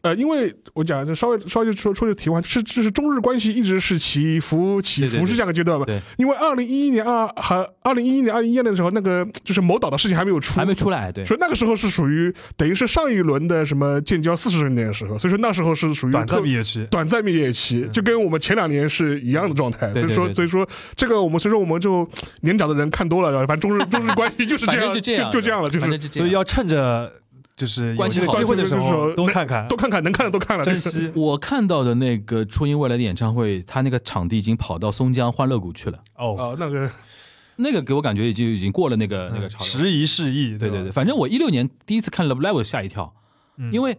[SPEAKER 4] 呃，因为我讲就稍微稍微就说说句题外话，是这是中日关系一直是起伏起
[SPEAKER 1] 对对对
[SPEAKER 4] 伏是这样一个阶段吧？
[SPEAKER 1] 对
[SPEAKER 4] 因为二零一一年二还二零一一年二零一二年的时候，那个就是某岛的事情还没有
[SPEAKER 1] 在
[SPEAKER 4] 出，
[SPEAKER 1] 还没出来，对，
[SPEAKER 4] 所以那个时候是属于等于是上一轮的什么建交四十周年的时候，所以说那时候是属于
[SPEAKER 2] 短暂
[SPEAKER 4] 特
[SPEAKER 2] 蜜月期。
[SPEAKER 4] 短暂蜜月期，就跟我们前两年是一样的状态。
[SPEAKER 1] 嗯对对对
[SPEAKER 4] 所以说，所以说这个我们所以说我们就年长的人看多了，反正中日中日关系就是
[SPEAKER 1] 反
[SPEAKER 4] 这
[SPEAKER 1] 正
[SPEAKER 4] 样，
[SPEAKER 1] 就这样，
[SPEAKER 4] 就就这样了，就
[SPEAKER 1] 反
[SPEAKER 4] 是
[SPEAKER 1] 正就这
[SPEAKER 2] 所以
[SPEAKER 1] 样
[SPEAKER 2] 要趁着就是有
[SPEAKER 1] 关系
[SPEAKER 2] 这个
[SPEAKER 1] 好
[SPEAKER 2] 机会的时
[SPEAKER 4] 就是
[SPEAKER 2] 候
[SPEAKER 4] 说
[SPEAKER 2] 多
[SPEAKER 4] 能
[SPEAKER 2] 看看
[SPEAKER 4] 都，看看能看的都看了，
[SPEAKER 2] 珍
[SPEAKER 4] 就是
[SPEAKER 2] 惜
[SPEAKER 1] 我看到的那个初音未来的演唱会，他那个场地已经跑到松江欢乐谷去了。
[SPEAKER 2] 哦。
[SPEAKER 4] 哦，那个
[SPEAKER 1] 那个给我感觉已经已经过了那个
[SPEAKER 2] 嗯
[SPEAKER 1] 那个潮流。
[SPEAKER 2] 时移世易，
[SPEAKER 1] 对对
[SPEAKER 2] 对
[SPEAKER 1] 对，
[SPEAKER 2] 吧，
[SPEAKER 1] 反正我一六年第一次看《Love Live》吓一跳，
[SPEAKER 2] 嗯
[SPEAKER 1] 因为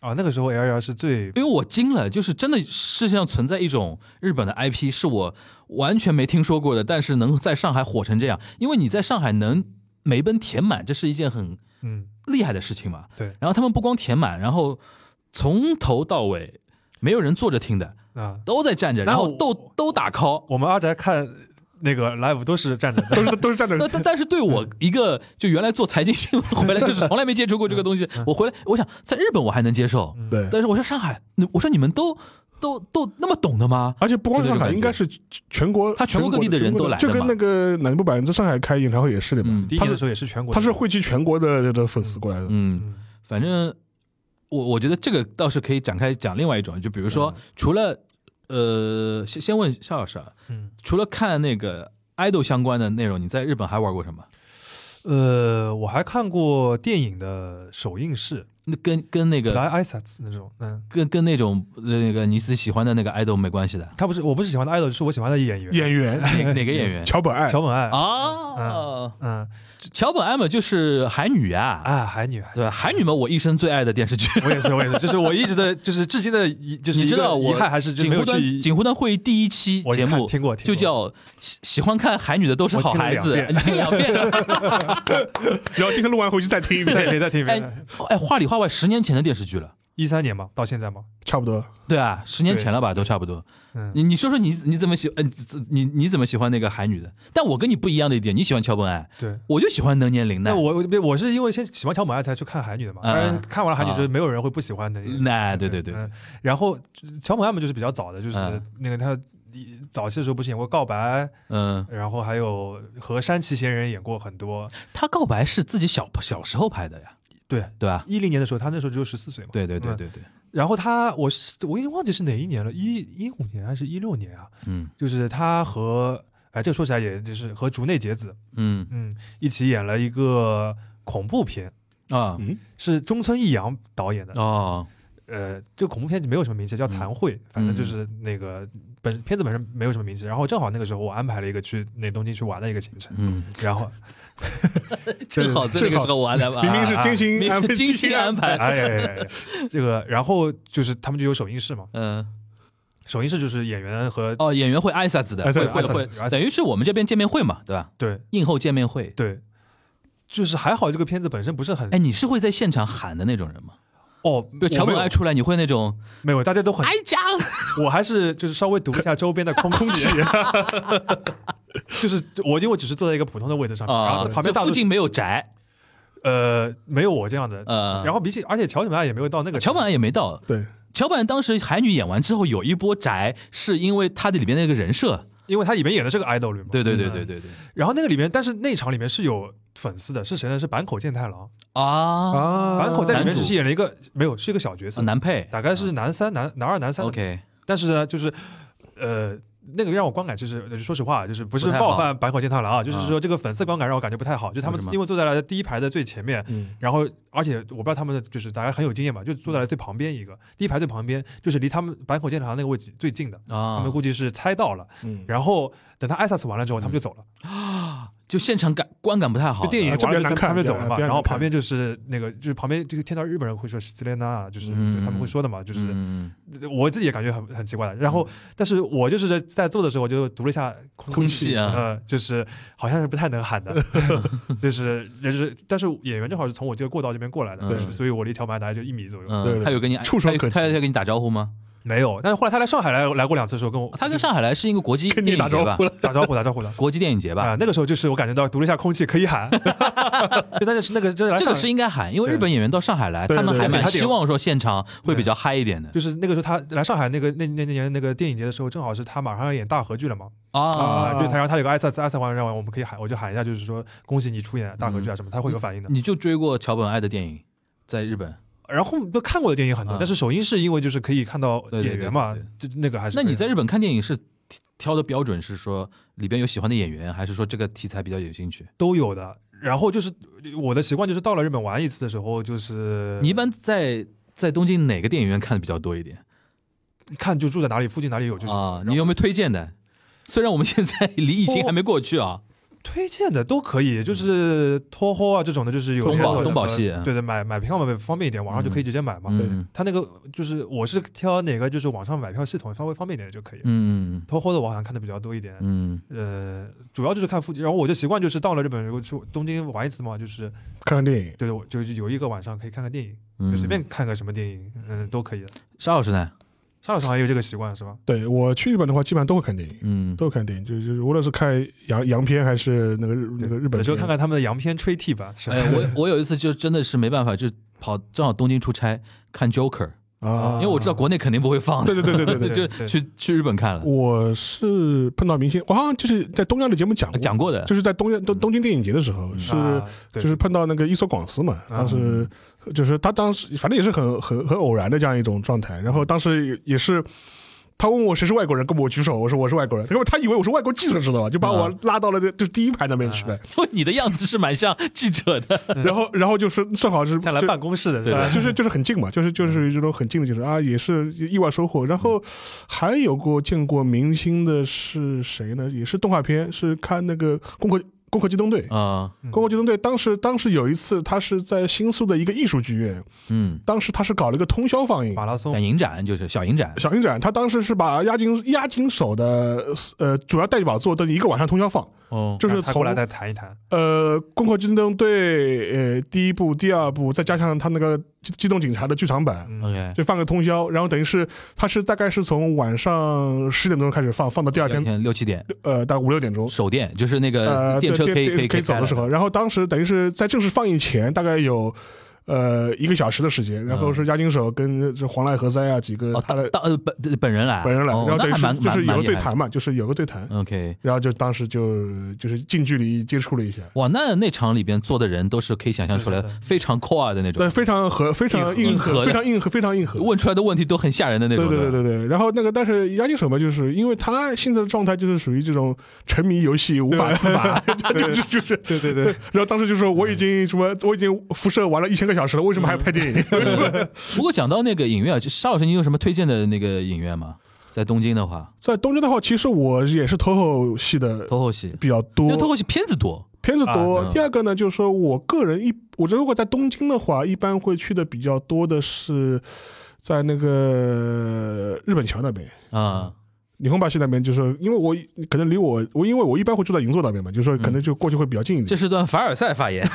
[SPEAKER 2] 啊那个时候 L L 是最
[SPEAKER 1] 因为我惊了，就是真的世界上存在一种日本的 IP 是我完全没听说过的，但是能在上海火成这样，因为你在上海能每本填满，这是一件很
[SPEAKER 2] 嗯
[SPEAKER 1] 厉害的事情嘛。
[SPEAKER 2] 对
[SPEAKER 1] 然后他们不光填满，然后从头到尾没有人坐着听的，
[SPEAKER 2] 啊，
[SPEAKER 1] 都在站着，
[SPEAKER 2] 那
[SPEAKER 1] 然后
[SPEAKER 2] 我
[SPEAKER 1] 都都打 call。
[SPEAKER 2] 我们阿宅看那个 live 都是站着的，
[SPEAKER 4] 都是都是站着
[SPEAKER 1] 那但但是对我一个就原来做财经新闻回来，就是从来没接触过这个东
[SPEAKER 2] 嗯
[SPEAKER 1] 西，我回来我想在日本我还能接受，
[SPEAKER 4] 对。
[SPEAKER 1] 但是我说上海，你我说你们都都都那么懂的吗？
[SPEAKER 4] 而且不光是上海，
[SPEAKER 1] 就这种感觉
[SPEAKER 4] 应该是全国，
[SPEAKER 1] 他全国各地的人都来的
[SPEAKER 4] 就跟
[SPEAKER 1] 嘛
[SPEAKER 4] 那个南部百分之上海开演唱会也是的嘛
[SPEAKER 1] 嗯，
[SPEAKER 2] 第一
[SPEAKER 4] 他
[SPEAKER 2] 年的
[SPEAKER 4] 是
[SPEAKER 2] 时候也是全国
[SPEAKER 4] 他
[SPEAKER 2] 的，
[SPEAKER 4] 是汇聚全国的这个粉丝过来的，
[SPEAKER 1] 嗯，
[SPEAKER 2] 嗯
[SPEAKER 1] 反正我我觉得这个倒是可以展开讲另外一种，就比如
[SPEAKER 2] 嗯
[SPEAKER 1] 说除了呃，先先问肖老师啊，
[SPEAKER 2] 嗯
[SPEAKER 1] 除了看那个爱豆相关的内容，你在日本还玩过什么？
[SPEAKER 2] 呃，我还看过电影的首映式，
[SPEAKER 1] 那跟跟那个
[SPEAKER 2] 来 i s a t 那种，嗯，
[SPEAKER 1] 跟跟那种呃那个你自己喜欢的那个爱豆没关系的，
[SPEAKER 2] 他不是我不是喜欢的 idol，是我喜欢的演员啊
[SPEAKER 4] 演员
[SPEAKER 1] 哪哪个演员？
[SPEAKER 4] 桥本爱，
[SPEAKER 2] 桥本爱，
[SPEAKER 1] 哦，
[SPEAKER 2] 哎嗯
[SPEAKER 1] 桥本爱嘛，就是海女啊，
[SPEAKER 2] 啊，海女，海女
[SPEAKER 1] 对吧？海女嘛，我一生最爱的电视剧。
[SPEAKER 2] 我也是，我也是，就是我一直的，就是至今的遗，就是
[SPEAKER 1] 你
[SPEAKER 2] 一
[SPEAKER 1] 知
[SPEAKER 2] 个
[SPEAKER 1] 道我
[SPEAKER 2] 遗憾还是就
[SPEAKER 1] 锦
[SPEAKER 2] 没
[SPEAKER 1] 湖
[SPEAKER 2] 有
[SPEAKER 1] 端
[SPEAKER 2] 去
[SPEAKER 1] 锦湖端会议第一期
[SPEAKER 2] 我
[SPEAKER 1] 节
[SPEAKER 2] 看
[SPEAKER 1] 目
[SPEAKER 2] 听过，听
[SPEAKER 1] 就
[SPEAKER 2] 过
[SPEAKER 1] 叫喜喜欢看海女的都是好孩子
[SPEAKER 2] 我，听
[SPEAKER 1] 你听两遍。
[SPEAKER 4] 然后今天录完回去再听一
[SPEAKER 2] 对，
[SPEAKER 4] 遍，
[SPEAKER 2] 没在听，没
[SPEAKER 1] 哎
[SPEAKER 2] 在
[SPEAKER 1] 哎，话里话外，十年前的电视剧了。
[SPEAKER 2] 一三年嘛，到现在嘛，
[SPEAKER 4] 差不多。
[SPEAKER 1] 对啊，十年前了吧，都差不多。
[SPEAKER 2] 嗯，
[SPEAKER 1] 你你说说你你怎么喜呃你你怎么喜欢那个海女的？但我跟你不一样的一点，你喜欢桥本爱，
[SPEAKER 2] 对。
[SPEAKER 1] 我就喜欢能年龄的
[SPEAKER 2] 那。我我我是因为先喜欢乔本爱才去看海女的嘛，
[SPEAKER 1] 嗯
[SPEAKER 2] 当然看完了海女
[SPEAKER 1] 啊
[SPEAKER 2] 就是没有人会不喜欢的。
[SPEAKER 1] 那对对对，
[SPEAKER 2] 嗯，然后乔本爱嘛就是比较早的，就是
[SPEAKER 1] 嗯
[SPEAKER 2] 那个她一早期的时候不是演过《告白》，
[SPEAKER 1] 嗯，
[SPEAKER 2] 然后还有和山崎贤人演过很多。
[SPEAKER 1] 他告白是自己小小时候拍的呀，
[SPEAKER 2] 对，
[SPEAKER 1] 对吧？
[SPEAKER 2] 一零年的时候她那时候只有十四岁嘛。
[SPEAKER 1] 对对对对对，
[SPEAKER 2] 然后她我是我已经忘记是哪一年了，一一五年还是一六年啊？
[SPEAKER 1] 嗯
[SPEAKER 2] 就是她和哎，这个说起来也就是和竹内结子，
[SPEAKER 1] 嗯
[SPEAKER 2] 嗯，一起演了一个恐怖片，
[SPEAKER 1] 啊
[SPEAKER 4] 嗯，
[SPEAKER 2] 是中村义阳导演的。
[SPEAKER 1] 哦嗯
[SPEAKER 2] 呃，这个恐怖片就没有什么名气，叫《残会》，反正就是那个本片子本身没有什么名气。然后正好那个时候我安排了一个去那东京去玩的一个行程，
[SPEAKER 1] 嗯，
[SPEAKER 2] 然后
[SPEAKER 1] 正好在那个时候我还在玩，
[SPEAKER 4] 明明是精心安排，
[SPEAKER 1] 精心安
[SPEAKER 2] 哎
[SPEAKER 1] 排，
[SPEAKER 2] 哎哎哎哎这个，然后就是他们就有首映式嘛，
[SPEAKER 1] 嗯
[SPEAKER 2] 首映式就是演员和、
[SPEAKER 1] 哦，演员会挨啥子的，
[SPEAKER 4] 挨
[SPEAKER 1] 会会
[SPEAKER 2] 挨啥
[SPEAKER 4] 啥子
[SPEAKER 2] 子挨
[SPEAKER 1] 会，
[SPEAKER 2] 啥子
[SPEAKER 1] 等于是我们这边见面会嘛，对吧？
[SPEAKER 2] 对
[SPEAKER 1] 映后见面会，
[SPEAKER 2] 对，就是还好这个片子本身不是很、
[SPEAKER 1] 哎，你是会在现场喊的那种人吗？
[SPEAKER 2] 哦，
[SPEAKER 1] 比如桥本
[SPEAKER 2] 我没
[SPEAKER 1] 爱
[SPEAKER 2] 有
[SPEAKER 1] 出来，你会那种
[SPEAKER 2] 没有，大家都很，
[SPEAKER 1] 哎讲，
[SPEAKER 2] 我还是就是稍微读一下周边的空空气。 就是我，因为我只是坐在一个普通的位置上面，然
[SPEAKER 1] 啊
[SPEAKER 2] 后，旁
[SPEAKER 1] 这
[SPEAKER 2] 边大
[SPEAKER 1] 附
[SPEAKER 2] 多
[SPEAKER 1] 近没有宅，
[SPEAKER 2] 呃没有我这样的，
[SPEAKER 1] 呃，
[SPEAKER 2] 然后比起，而且桥本爱也没有到那个
[SPEAKER 1] 桥本爱也没到。
[SPEAKER 4] 对，
[SPEAKER 1] 桥本爱当时海女演完之后，有一波宅，是因为她的里面那个人设。
[SPEAKER 2] 因为他里面演的是个 idol 嘛。
[SPEAKER 1] 对对对
[SPEAKER 2] 嗯
[SPEAKER 1] 对。对对。
[SPEAKER 2] 然后那个里面，但是那场里面是有粉丝的，是谁呢？是坂口健太郎。
[SPEAKER 1] 啊，
[SPEAKER 4] 啊
[SPEAKER 2] 坂口在里面
[SPEAKER 1] 男主啊
[SPEAKER 2] 只是演了一个没有，是一个小角色，
[SPEAKER 1] 男配。
[SPEAKER 2] 大概是男三、男男二、男三。
[SPEAKER 1] OK，
[SPEAKER 2] 但是呢，就是呃。那个让我观感就是，说实话，啊就是不是
[SPEAKER 1] 不太好
[SPEAKER 2] 冒犯坂口健太郎啊，就是
[SPEAKER 1] 嗯
[SPEAKER 2] 说这个粉丝观感让我感觉不太好，就他们
[SPEAKER 1] 为什么
[SPEAKER 2] 因为坐在了第一排的最前面，
[SPEAKER 4] 嗯
[SPEAKER 2] 然后而且我不知道他们的就是大家很有经验吧，就坐在了最旁边一个，第一排最旁边就是离他们坂口健太郎那个位置最近的，他
[SPEAKER 1] 啊
[SPEAKER 2] 们，估计是猜到了，
[SPEAKER 4] 嗯，
[SPEAKER 2] 然后等他挨萨斯完了之后，他们就走了。
[SPEAKER 1] 就现场感观感不太好。
[SPEAKER 2] 就电影
[SPEAKER 4] 啊这
[SPEAKER 2] 完了
[SPEAKER 4] 比
[SPEAKER 2] 之
[SPEAKER 4] 较
[SPEAKER 2] 后，
[SPEAKER 4] 难
[SPEAKER 2] 他
[SPEAKER 4] 看
[SPEAKER 2] 们就走了
[SPEAKER 4] 比较
[SPEAKER 2] 嘛。
[SPEAKER 4] 比较
[SPEAKER 2] 然后
[SPEAKER 4] 难看
[SPEAKER 2] 旁边就是那个，就是旁边就是听到日本人会说西莲娜，啊就是
[SPEAKER 1] 嗯
[SPEAKER 2] 对他们会说的嘛，就是
[SPEAKER 1] 嗯，
[SPEAKER 2] 我自己也感觉很很奇怪的。然后，但是我就是在做的时候，我就读了一下
[SPEAKER 1] 空
[SPEAKER 2] 空
[SPEAKER 1] 气啊
[SPEAKER 2] 呃，就是好像是不太 能喊的，就是就是，但是演员正好是从我这个过道这边过来的，
[SPEAKER 1] 对
[SPEAKER 2] 就是所以我离桥本爱大概就一米左右，
[SPEAKER 4] 对
[SPEAKER 1] 嗯，
[SPEAKER 4] 对
[SPEAKER 1] 他有跟你
[SPEAKER 4] 触手
[SPEAKER 1] 他有
[SPEAKER 4] 可及
[SPEAKER 1] 他有在跟你打招呼吗？
[SPEAKER 2] 没有。但是后来他来上海来来过两次的时候，跟我
[SPEAKER 1] 哦他跟上海来是一个国际
[SPEAKER 4] 跟
[SPEAKER 1] 电影
[SPEAKER 4] 你打
[SPEAKER 1] 节
[SPEAKER 4] 招
[SPEAKER 1] 吧
[SPEAKER 4] 呼？了，
[SPEAKER 2] 打招呼打招呼的。
[SPEAKER 1] 国际电影节吧？
[SPEAKER 2] 啊，那个时候就是我感觉到读了一下空气可以 喊，就但是那个真的来
[SPEAKER 1] 这
[SPEAKER 2] 上
[SPEAKER 1] 个
[SPEAKER 2] 海
[SPEAKER 1] 是应该喊，因为
[SPEAKER 2] 对
[SPEAKER 1] 日本演员到上海来，
[SPEAKER 4] 对
[SPEAKER 1] 他
[SPEAKER 4] 对
[SPEAKER 1] 们
[SPEAKER 4] 对
[SPEAKER 1] 还
[SPEAKER 2] 对
[SPEAKER 1] 蛮
[SPEAKER 2] 他得
[SPEAKER 1] 希望说现场会比较嗨一点的
[SPEAKER 2] 就是那个时候他来上海那个那那那年那个电影节的时候，正好是他马上要演大河剧了嘛，
[SPEAKER 1] 啊。
[SPEAKER 2] 就他然后他有个艾萨斯艾萨完让我们可以喊，我就喊一下，就是说恭喜你出演
[SPEAKER 1] 嗯
[SPEAKER 2] 大河剧啊什么，他会有反应的。
[SPEAKER 1] 你就追过桥本爱的电影，在日本？
[SPEAKER 2] 然后都看过的电影很多
[SPEAKER 1] 啊，
[SPEAKER 2] 但是首映是因为就是可以看到
[SPEAKER 1] 对对
[SPEAKER 2] 演员嘛
[SPEAKER 1] 对，
[SPEAKER 2] 就那个还是
[SPEAKER 1] 那你在日本看电影是挑挑的标准是说里边有喜欢的演员，还是说这个题材比较有兴趣？
[SPEAKER 2] 都有的。然后就是我的习惯就是到了日本玩一次的时候，就是
[SPEAKER 1] 你一般在在东京哪个电影院看的比较多一点
[SPEAKER 2] 看就住在哪里附近哪里有就
[SPEAKER 1] 啊？
[SPEAKER 2] 是然后哦
[SPEAKER 1] 你有没有推荐的？虽然我们现在离疫情还没过去啊，
[SPEAKER 2] 推荐的都可以，就是脱货啊这种的，就是有
[SPEAKER 1] 东
[SPEAKER 2] 连
[SPEAKER 1] 宝
[SPEAKER 2] 锁的
[SPEAKER 1] 东宝
[SPEAKER 2] 呃
[SPEAKER 1] 系
[SPEAKER 2] 对对，买买票嘛方便一点，网上就可以直接买嘛。
[SPEAKER 1] 嗯
[SPEAKER 2] 他那个就是我是挑哪个就是网上买票系统稍微方便一点就可以。
[SPEAKER 1] 嗯
[SPEAKER 2] 脱货的我好像看的比较多一点，
[SPEAKER 1] 嗯
[SPEAKER 2] 呃，主要就是看附近，然后我就习惯就是到了日本，如果去东京玩一次嘛，就是
[SPEAKER 4] 看看电影。
[SPEAKER 2] 对，我就是有一个晚上可以看看电影，
[SPEAKER 1] 嗯，
[SPEAKER 2] 就随便看个什么电影，嗯、都可以的。
[SPEAKER 1] 沙老师呢？
[SPEAKER 2] 沙老师好像也有这个习惯是吧？
[SPEAKER 4] 对我去日本的话，基本上都会看电影，
[SPEAKER 1] 嗯，
[SPEAKER 4] 都会看电影，就是就是无论是看洋洋片还是那个日那个日本
[SPEAKER 2] 有时候
[SPEAKER 4] 片
[SPEAKER 2] 看看他们的洋片吹替吧，是吧？
[SPEAKER 1] 哎，我我有一次就真的是没办法，就跑正好东京出差看 Joker，
[SPEAKER 4] 啊
[SPEAKER 1] 因为，我知道国内肯定不会放的，
[SPEAKER 4] 对对对对对
[SPEAKER 2] 对。
[SPEAKER 4] 对
[SPEAKER 1] 就去去日本看了，
[SPEAKER 4] 我是碰到明星，我好像就是在东亚的节目讲过，
[SPEAKER 1] 讲过的，
[SPEAKER 4] 就是在东亚东东京电影节的时候，是
[SPEAKER 2] 嗯啊对
[SPEAKER 4] 就是碰到那个伊索广司嘛，
[SPEAKER 2] 啊
[SPEAKER 4] 当时就是他当时反正也是很很很偶然的这样一种状态，
[SPEAKER 2] 嗯
[SPEAKER 4] 然后当时也也是。他问我谁是外国人，跟我举手，我说我是外国人。他根本他以为我是外国记者，知道吧？
[SPEAKER 2] 嗯
[SPEAKER 4] 就把我
[SPEAKER 1] 啊
[SPEAKER 4] 拉到了那就第一排那边去 了。
[SPEAKER 1] 你的样子是蛮像记者的，
[SPEAKER 4] 然后，然后就是正好是
[SPEAKER 2] 像嗯来
[SPEAKER 4] 就
[SPEAKER 2] 办公室的，
[SPEAKER 1] 对
[SPEAKER 2] 吧
[SPEAKER 4] 啊，就是就是很近嘛，就是就是这种很近的接触啊，也是意外收获。然后还有过见过明星的是谁呢？也是动画片，是看那个《攻壳攻壳机动队》。
[SPEAKER 1] 啊，
[SPEAKER 2] 嗯
[SPEAKER 4] 《攻壳机动队》当时当时有一次，他是在新宿的一个艺术剧院，
[SPEAKER 1] 嗯，
[SPEAKER 4] 当时他是搞了一个通宵放映。
[SPEAKER 2] 马拉松
[SPEAKER 1] 但影展就是小影展，
[SPEAKER 4] 小影展，他当时是把押金押金手的呃主要代表作都一个晚上通宵放，
[SPEAKER 1] 哦，
[SPEAKER 4] 就是
[SPEAKER 2] 让他过
[SPEAKER 4] 从
[SPEAKER 2] 来再谈一谈。
[SPEAKER 4] 呃《攻壳机动队》呃第一部、第二部，再加上他那个机机动警察的剧场版，
[SPEAKER 2] 嗯
[SPEAKER 1] OK，
[SPEAKER 4] 就放个通宵，然后等于是他是大概是从晚上十点钟开始放，放到第二天
[SPEAKER 1] 天六七点，
[SPEAKER 4] 呃大概五六点钟，
[SPEAKER 1] 手电就是那个
[SPEAKER 4] 呃
[SPEAKER 1] 电车
[SPEAKER 4] 对
[SPEAKER 1] 可以
[SPEAKER 4] 电
[SPEAKER 1] 可以
[SPEAKER 4] 可以走
[SPEAKER 1] 开
[SPEAKER 4] 的时
[SPEAKER 1] 了
[SPEAKER 4] 候，然后当时等于是在正式放映前大概有。呃，一个小时的时间，然后是押金手跟这黄濑和哉啊几个
[SPEAKER 1] 嗯哦，
[SPEAKER 4] 他的
[SPEAKER 1] 到呃本本人来，
[SPEAKER 4] 本人来，
[SPEAKER 1] 哦
[SPEAKER 4] 然后
[SPEAKER 1] 那
[SPEAKER 4] 等于
[SPEAKER 1] 还
[SPEAKER 4] 是
[SPEAKER 1] 蛮
[SPEAKER 4] 就
[SPEAKER 1] 蛮
[SPEAKER 4] 是有
[SPEAKER 1] 蛮
[SPEAKER 4] 个
[SPEAKER 1] 厉
[SPEAKER 4] 对
[SPEAKER 1] 害的嗯
[SPEAKER 4] 谈嘛，就是有个对谈，
[SPEAKER 1] ，OK。
[SPEAKER 4] 然后就当时就就是近距离接触了一下，
[SPEAKER 1] 哇，那那场里边坐的人都是可以想象出来
[SPEAKER 2] 是是是
[SPEAKER 1] 非常 core 的那种
[SPEAKER 4] 对，，非常和非常
[SPEAKER 1] 硬
[SPEAKER 4] 硬
[SPEAKER 1] 核
[SPEAKER 4] 核，
[SPEAKER 1] 的
[SPEAKER 4] 非常硬核，非常硬核。
[SPEAKER 1] 问出来的问题都很吓人的那种。
[SPEAKER 4] 对对
[SPEAKER 1] 吧
[SPEAKER 4] 对对对。然后那个，但是押金手嘛，就是因为他现在的状态就是属于这种沉迷游戏无法自拔，就是就是。
[SPEAKER 2] 对对对，
[SPEAKER 4] 然后当时就说我已经什么，我已经辐射玩了一千个小时了，为什么还拍电影？
[SPEAKER 1] 不过讲到那个影院，就沙老师，你有什么推荐的那个影院吗？在东京的话，
[SPEAKER 4] 在东京的话，其实我也是头后戏的
[SPEAKER 1] 头后戏，
[SPEAKER 4] 比较
[SPEAKER 1] 因为头
[SPEAKER 4] 多，
[SPEAKER 1] 后戏片子多。
[SPEAKER 4] 片子
[SPEAKER 2] 啊
[SPEAKER 4] 多
[SPEAKER 1] 嗯。
[SPEAKER 4] 第二个呢，就是说我个人一，我觉得如果在东京的话，一般会去的比较多的是在那个日本桥那边。嗯
[SPEAKER 1] 啊，
[SPEAKER 4] 霓虹巴西那边，就是因为我可能离我我因为我一般会住在银座那边嘛，就是说可能就过去会比较近一
[SPEAKER 1] 这
[SPEAKER 4] 点。
[SPEAKER 1] 嗯是段凡尔赛发言。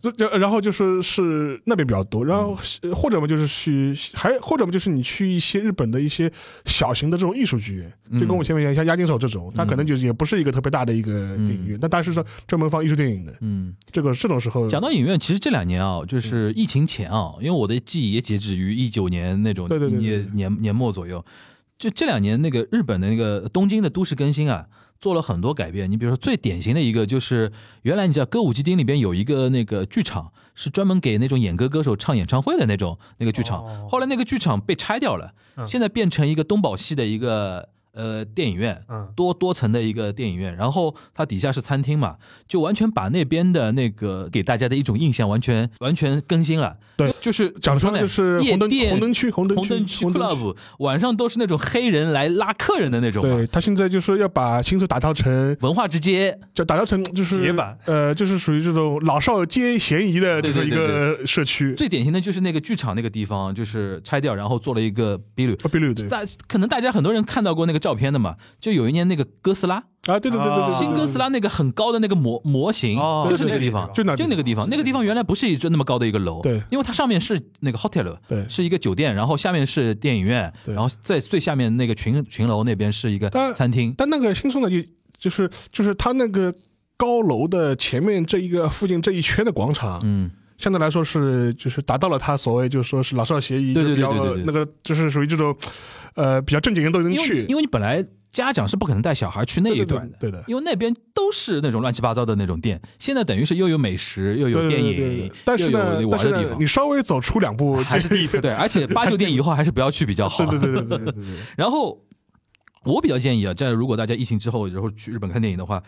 [SPEAKER 4] 这这然后就是是那边比较多，然后
[SPEAKER 1] 嗯
[SPEAKER 4] 呃或者嘛就是去还或者嘛就是你去一些日本的一些小型的这种艺术剧院，
[SPEAKER 1] 嗯
[SPEAKER 4] 就跟我前面一样，像押金手这种，它可能就是也不是一个特别大的一个电影院，但它是说专门放艺术电影的。
[SPEAKER 1] 嗯，
[SPEAKER 4] 这个这种时候，
[SPEAKER 1] 讲到影院，其实这两年啊，
[SPEAKER 4] 嗯
[SPEAKER 1] 就是疫情前啊，因为我的记忆也截止于一九年那种
[SPEAKER 4] 对对对对
[SPEAKER 1] 年年年末左右。就这两年，那个日本的那个东京的都市更新啊，做了很多改变。你比如说，最典型的一个就是，原来你知道歌舞伎町里边有一个那个剧场，是专门给那种演歌歌手唱演唱会的那种那个剧场。
[SPEAKER 2] 哦
[SPEAKER 1] 后来那个剧场被拆掉了，
[SPEAKER 2] 嗯
[SPEAKER 1] 现在变成一个东宝系的一个呃电影院。
[SPEAKER 2] 嗯，
[SPEAKER 1] 多多层的一个电影院，然后它底下是餐厅嘛，就完全把那边的那个给大家的一种印象完全完全更新了。
[SPEAKER 4] 对，
[SPEAKER 1] 就是
[SPEAKER 4] 讲
[SPEAKER 1] 说
[SPEAKER 4] 说
[SPEAKER 1] 呢，
[SPEAKER 4] 就是
[SPEAKER 1] 夜
[SPEAKER 4] 红灯
[SPEAKER 1] 店
[SPEAKER 4] 红灯区红灯
[SPEAKER 1] 红灯
[SPEAKER 4] 区
[SPEAKER 1] 区
[SPEAKER 4] 红灯区，
[SPEAKER 1] club，晚上都是那种黑人来拉客人的那种嘛
[SPEAKER 4] 对他现在就说要把新宿打造成
[SPEAKER 1] 文化之街。
[SPEAKER 4] 就打造成就是
[SPEAKER 2] 结版
[SPEAKER 4] 呃，就是属于这种老少皆嫌疑的
[SPEAKER 1] 对
[SPEAKER 4] 这
[SPEAKER 1] 对
[SPEAKER 4] 种一个社区，
[SPEAKER 1] 最典型的就是那个剧场那个地方，就是拆掉，然后做了一个 B 旅。
[SPEAKER 4] 啊，比率对
[SPEAKER 1] 大可能大家很多人看到过那个照片的嘛，就有一年那个哥斯拉，
[SPEAKER 4] 啊，对对对对对，
[SPEAKER 2] 啊
[SPEAKER 1] 新哥斯拉那个很高的那个模模型，
[SPEAKER 2] 哦
[SPEAKER 1] 就是那
[SPEAKER 2] 对
[SPEAKER 1] 个
[SPEAKER 2] 对
[SPEAKER 1] 地
[SPEAKER 2] 对
[SPEAKER 1] 方，
[SPEAKER 4] 就那
[SPEAKER 1] 就那个地方，那个地方原来不是一座那么高的一个楼，
[SPEAKER 4] 对
[SPEAKER 1] 因为它上面是那个 hotel，
[SPEAKER 4] 对
[SPEAKER 1] 是一个酒店，然后下面是电影院，
[SPEAKER 4] 对
[SPEAKER 1] 然后在最下面那个群群楼那边是一个
[SPEAKER 4] 但
[SPEAKER 1] 餐厅，
[SPEAKER 4] 但那个新宿呢，就就是就是它那个高楼的前面这一个附近这一圈的广场，
[SPEAKER 1] 嗯，
[SPEAKER 4] 相对来说是就是达到了它所谓就是说是老少咸宜，
[SPEAKER 1] 对
[SPEAKER 4] 就
[SPEAKER 1] 对
[SPEAKER 4] 比较
[SPEAKER 1] 对对对对
[SPEAKER 4] 那个就是属于这种呃比较正经人都能
[SPEAKER 1] 因为
[SPEAKER 4] 去
[SPEAKER 1] 因，为你本来家长是不可能带小孩去那一
[SPEAKER 4] 对对
[SPEAKER 1] 段的，
[SPEAKER 4] 对对的。
[SPEAKER 1] 因为那边都是那种乱七八糟的那种店，现在等于是又有美食，又有
[SPEAKER 4] 对
[SPEAKER 1] 电
[SPEAKER 4] 对
[SPEAKER 1] 影，
[SPEAKER 4] 对对对但是呢
[SPEAKER 1] 又，有
[SPEAKER 4] 但
[SPEAKER 1] 玩
[SPEAKER 4] 是
[SPEAKER 1] 的地
[SPEAKER 4] 呢，
[SPEAKER 1] 方
[SPEAKER 4] 你。稍微走出两步，
[SPEAKER 1] 还是地方对，而且八九点以后还是不要去比较好。
[SPEAKER 4] 对 对对对对对对 对，
[SPEAKER 1] 然后我比较建议啊，在如果大家疫情之后，然后去日本看电影的话，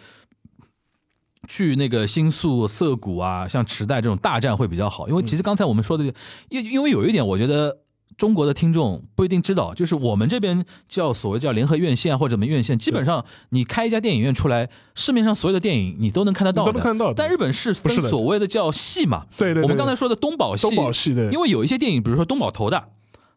[SPEAKER 1] 去那个新宿、涩谷啊，像池袋这种大站会比较好，因为其实刚才我们说的，因因为有一点，我觉得。中国的听众不一定知道，就是我们这边叫所谓叫联合院线或者什么院线，基本上你开一家电影院出来，市面上所有的电影你都能看得到
[SPEAKER 4] 都能
[SPEAKER 1] 的。
[SPEAKER 4] 看到的。
[SPEAKER 1] 但日本是
[SPEAKER 4] 不
[SPEAKER 1] 分
[SPEAKER 4] 是的
[SPEAKER 1] 所谓的叫戏嘛，
[SPEAKER 4] 对对对，
[SPEAKER 1] 我们
[SPEAKER 4] 对
[SPEAKER 1] 刚才说的东宝戏，
[SPEAKER 4] 东宝系的，
[SPEAKER 1] 因为有一些电影，比如说东宝投的，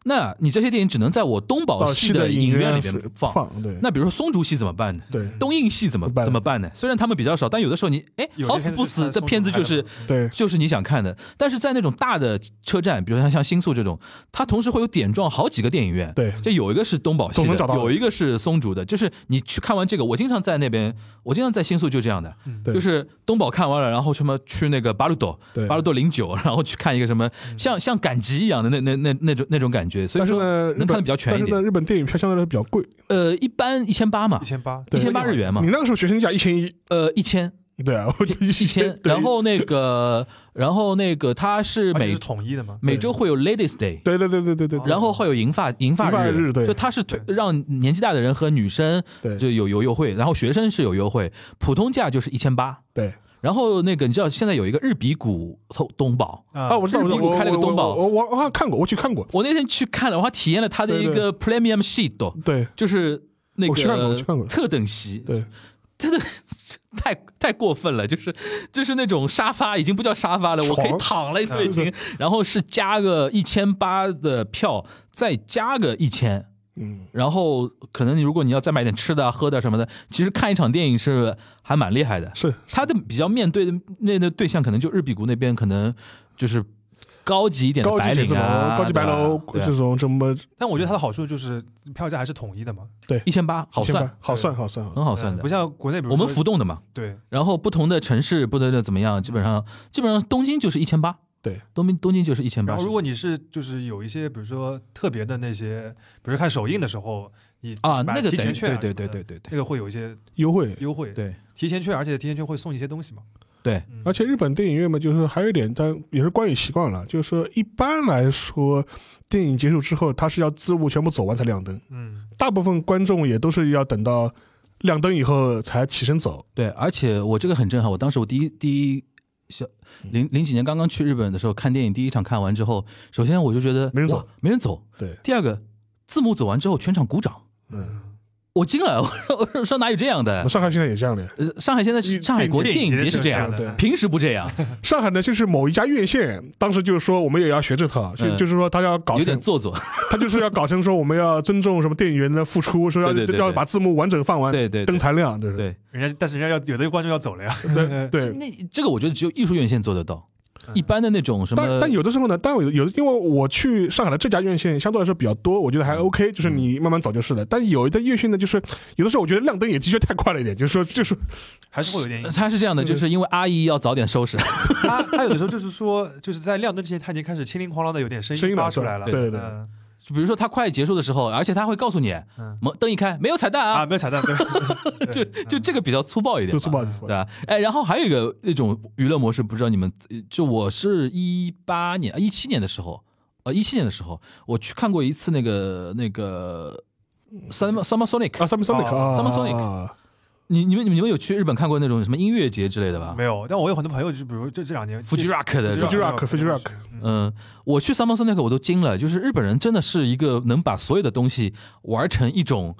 [SPEAKER 1] 那你这些电影只能在我东宝
[SPEAKER 4] 宝
[SPEAKER 1] 系
[SPEAKER 4] 的
[SPEAKER 1] 影
[SPEAKER 4] 院
[SPEAKER 1] 里面放。
[SPEAKER 4] 放，对，
[SPEAKER 1] 那比如说松竹系怎么办呢？
[SPEAKER 4] 对
[SPEAKER 1] 东映系怎么
[SPEAKER 4] 怎么办
[SPEAKER 1] 怎么办呢？虽然他们比较少，但有的时候你哎，
[SPEAKER 2] 有
[SPEAKER 1] 好
[SPEAKER 2] 些
[SPEAKER 1] 死
[SPEAKER 2] 片子
[SPEAKER 1] 不
[SPEAKER 2] 是他
[SPEAKER 1] 死，这
[SPEAKER 2] 送
[SPEAKER 1] 片子
[SPEAKER 2] 出来
[SPEAKER 1] 就
[SPEAKER 2] 的
[SPEAKER 1] 是
[SPEAKER 2] 嘛
[SPEAKER 4] 对
[SPEAKER 1] 就是你想看的。但是在那种大的车站，比如像像新宿这种，它同时会有点状好几个电影院。
[SPEAKER 4] 对，
[SPEAKER 1] 这有一个是东宝系
[SPEAKER 4] 总能
[SPEAKER 1] 的
[SPEAKER 4] 找，到
[SPEAKER 1] 有一个是松竹的，就是你去看完这个，我经常在那边，我经常在新宿就这样的，
[SPEAKER 2] 嗯
[SPEAKER 4] 对
[SPEAKER 1] 就是东宝看完了，然后什么去那个巴鲁朵
[SPEAKER 4] 对，嗯
[SPEAKER 1] 巴鲁朵零九，然后去看一个什么像像赶集一样的那那那那种那种感觉，所以
[SPEAKER 4] 但是
[SPEAKER 1] 说
[SPEAKER 4] 呢，
[SPEAKER 1] 能看得比较全
[SPEAKER 4] 但
[SPEAKER 1] 一
[SPEAKER 4] 是呢，
[SPEAKER 1] 点。
[SPEAKER 4] 日本电影票相对来说比较贵，
[SPEAKER 1] 呃，一般一千八嘛
[SPEAKER 2] 一，千八，
[SPEAKER 1] 一
[SPEAKER 4] 对
[SPEAKER 1] 千八日元嘛
[SPEAKER 4] 你，那个时候学生价一千一，
[SPEAKER 1] 呃，一千
[SPEAKER 4] 对啊，我一
[SPEAKER 1] 一 千，然后那个然后那个它是
[SPEAKER 2] 而且
[SPEAKER 1] 每
[SPEAKER 2] 是统一的嘛，
[SPEAKER 1] 每周会有 Ladies Day，
[SPEAKER 4] 对对对对对对对
[SPEAKER 1] 然后会有银发银发
[SPEAKER 4] 银发日对
[SPEAKER 1] 就它是推让年纪大的人和女生
[SPEAKER 4] 对
[SPEAKER 1] 就有有优惠，然后学生是有优惠，普通价就是一千八。
[SPEAKER 4] 对
[SPEAKER 1] 然后那个你知道现在有一个日比谷东东宝，
[SPEAKER 4] 啊，
[SPEAKER 2] 啊，
[SPEAKER 4] 我知道，我知道，我我我我看过，我去看过，
[SPEAKER 1] 我那天去看了，我还体验了它的一个 Premium 哦 Seat，
[SPEAKER 4] 对
[SPEAKER 1] 就是那
[SPEAKER 4] 我去看过我
[SPEAKER 1] 个
[SPEAKER 4] 去看过
[SPEAKER 1] 特等席，
[SPEAKER 4] 对，
[SPEAKER 1] 真的太太过分了，就是就是那种沙发已经不叫沙发了，我可以
[SPEAKER 4] 床
[SPEAKER 1] 躺了都已
[SPEAKER 2] 嗯
[SPEAKER 1] 经，然后是加个一千八的票，再加个一千。
[SPEAKER 4] 嗯，
[SPEAKER 1] 然后可能你如果你要再买点吃的、啊、喝的什么的，其实看一场电影是还蛮厉害的。
[SPEAKER 4] 是
[SPEAKER 1] 他的比较面对的那的对象，可能就日比谷那边，可能就是高级一点的
[SPEAKER 4] 高
[SPEAKER 1] 白
[SPEAKER 4] 级写字
[SPEAKER 1] 领
[SPEAKER 4] 楼、
[SPEAKER 1] 啊，
[SPEAKER 4] 高级白楼
[SPEAKER 1] 对吧
[SPEAKER 4] 这种什么
[SPEAKER 2] 但我觉得它的好处就是票价还是统一的嘛，
[SPEAKER 1] 一千八，好算，
[SPEAKER 4] 好算好算
[SPEAKER 1] 很
[SPEAKER 4] 好算，
[SPEAKER 1] 好哦算
[SPEAKER 2] 嗯
[SPEAKER 1] 的
[SPEAKER 2] 不。像国内，比如
[SPEAKER 1] 我们
[SPEAKER 2] 说
[SPEAKER 1] 浮动的嘛，
[SPEAKER 2] 对
[SPEAKER 1] 然后不同的城市不得了怎么样，基本上基本上东京就是一千八，
[SPEAKER 4] 对，
[SPEAKER 1] 东京东京就是一千
[SPEAKER 2] 然
[SPEAKER 1] 八
[SPEAKER 2] 后，。如果你是就是有一些，比如说特别的那些，比如看首映的时候，你
[SPEAKER 1] 啊，
[SPEAKER 2] 买
[SPEAKER 1] 那个
[SPEAKER 2] 提
[SPEAKER 1] 等于
[SPEAKER 2] 前券
[SPEAKER 1] 对
[SPEAKER 2] 啊
[SPEAKER 1] 对
[SPEAKER 2] 什么
[SPEAKER 1] 对
[SPEAKER 2] 的
[SPEAKER 1] 对对对
[SPEAKER 2] 那个会有一些
[SPEAKER 4] 优惠。
[SPEAKER 2] 优惠，
[SPEAKER 1] 对
[SPEAKER 2] 提前券，而且提前券会送你一些东西嘛。
[SPEAKER 1] 对
[SPEAKER 2] 嗯，
[SPEAKER 4] 而且日本电影院嘛，就是还有一点，但也是观影习惯了，就是说一般来说，电影结束之后，它是要字幕全部走完才亮灯，
[SPEAKER 2] 嗯，
[SPEAKER 4] 大部分观众也都是要等到亮灯以后才起身走。
[SPEAKER 1] 对，而且我这个很震撼，我当时我第一第一小零零几年刚刚去日本的时候看电影，第一场看完之后，首先我就觉得
[SPEAKER 4] 没人走
[SPEAKER 1] 哇，没人走。
[SPEAKER 4] 对，
[SPEAKER 1] 第二个字幕走完之后，全场鼓掌，
[SPEAKER 4] 嗯，
[SPEAKER 1] 我惊了，我 说我说说哪有这样的
[SPEAKER 4] 那？上海现在也这样的。
[SPEAKER 1] 呃，上海现在是
[SPEAKER 4] 嗯
[SPEAKER 1] 上海国际
[SPEAKER 2] 电
[SPEAKER 1] 电
[SPEAKER 2] 影
[SPEAKER 1] 影
[SPEAKER 2] 节
[SPEAKER 1] 节是这样
[SPEAKER 2] 的，
[SPEAKER 1] 的，
[SPEAKER 4] 对
[SPEAKER 1] 平时不这样，
[SPEAKER 4] 上海呢，就是某一家院线，当时就是说我们也要学这套，就、
[SPEAKER 1] 嗯
[SPEAKER 4] 就是说他要搞
[SPEAKER 1] 有点
[SPEAKER 4] 成，
[SPEAKER 1] 做作。
[SPEAKER 4] 他就是要搞成说我们要尊重什么电影人的付出，说要
[SPEAKER 1] 对对对对
[SPEAKER 4] 要把字幕完整放完，
[SPEAKER 1] 对对
[SPEAKER 4] 灯
[SPEAKER 1] 对
[SPEAKER 4] 才亮，对
[SPEAKER 1] 对，
[SPEAKER 2] 人家但是人家要有的观众要走了呀，
[SPEAKER 4] 对对。
[SPEAKER 1] 那这个我觉得只有艺术院线做得到，一般的那种什么
[SPEAKER 4] 但但有的时候呢，但有有，因为我去上海的这家院线相对来说比较多，我觉得还
[SPEAKER 1] 嗯
[SPEAKER 4] OK，就是你慢慢走就是了。但有的院线呢，就是有的时候我觉得亮灯也的确太快了一点，就是说就是
[SPEAKER 2] 还是会有点影响。
[SPEAKER 1] 他是这样的，就是因为阿姨要早点收拾，
[SPEAKER 2] 他他有的时候就是说，就是在亮灯之前，他已经开始叮铃哐啷的有点声
[SPEAKER 4] 声音
[SPEAKER 2] 音
[SPEAKER 4] 了
[SPEAKER 2] 发出来了。
[SPEAKER 4] 对对对
[SPEAKER 2] 嗯
[SPEAKER 1] 比如说他快结束的时候，而且他会告诉你
[SPEAKER 2] 嗯，
[SPEAKER 1] 门灯一开没有彩蛋
[SPEAKER 2] 啊，
[SPEAKER 1] 啊，
[SPEAKER 2] 没有彩蛋，对
[SPEAKER 1] 就就这个比较粗暴一点
[SPEAKER 4] 就
[SPEAKER 1] 吧，
[SPEAKER 4] 是不好意
[SPEAKER 1] 对
[SPEAKER 4] 思。
[SPEAKER 1] 吧？哎，然后还有一个那种娱乐模式，不知道你们，呃就我是一八年、啊一七年的时候，呃，一七年的时候，我去看过一次那个那个 Summer Summer
[SPEAKER 4] 啊
[SPEAKER 1] Sonic。
[SPEAKER 4] ，Summer Sonic 啊
[SPEAKER 1] 哦 Summer Sonic
[SPEAKER 4] 啊
[SPEAKER 1] 你你们你们有去日本看过那种什么音乐节之类的吧
[SPEAKER 2] 没有。但我有很多朋友，就比如这这两年
[SPEAKER 1] ？Fuji Rock 的这种
[SPEAKER 4] Fuji Rock，Fuji Rock
[SPEAKER 1] 嗯，我去 Summer Sonic 我都惊了，就是日本人真的是一个能把所有的东西玩成一种，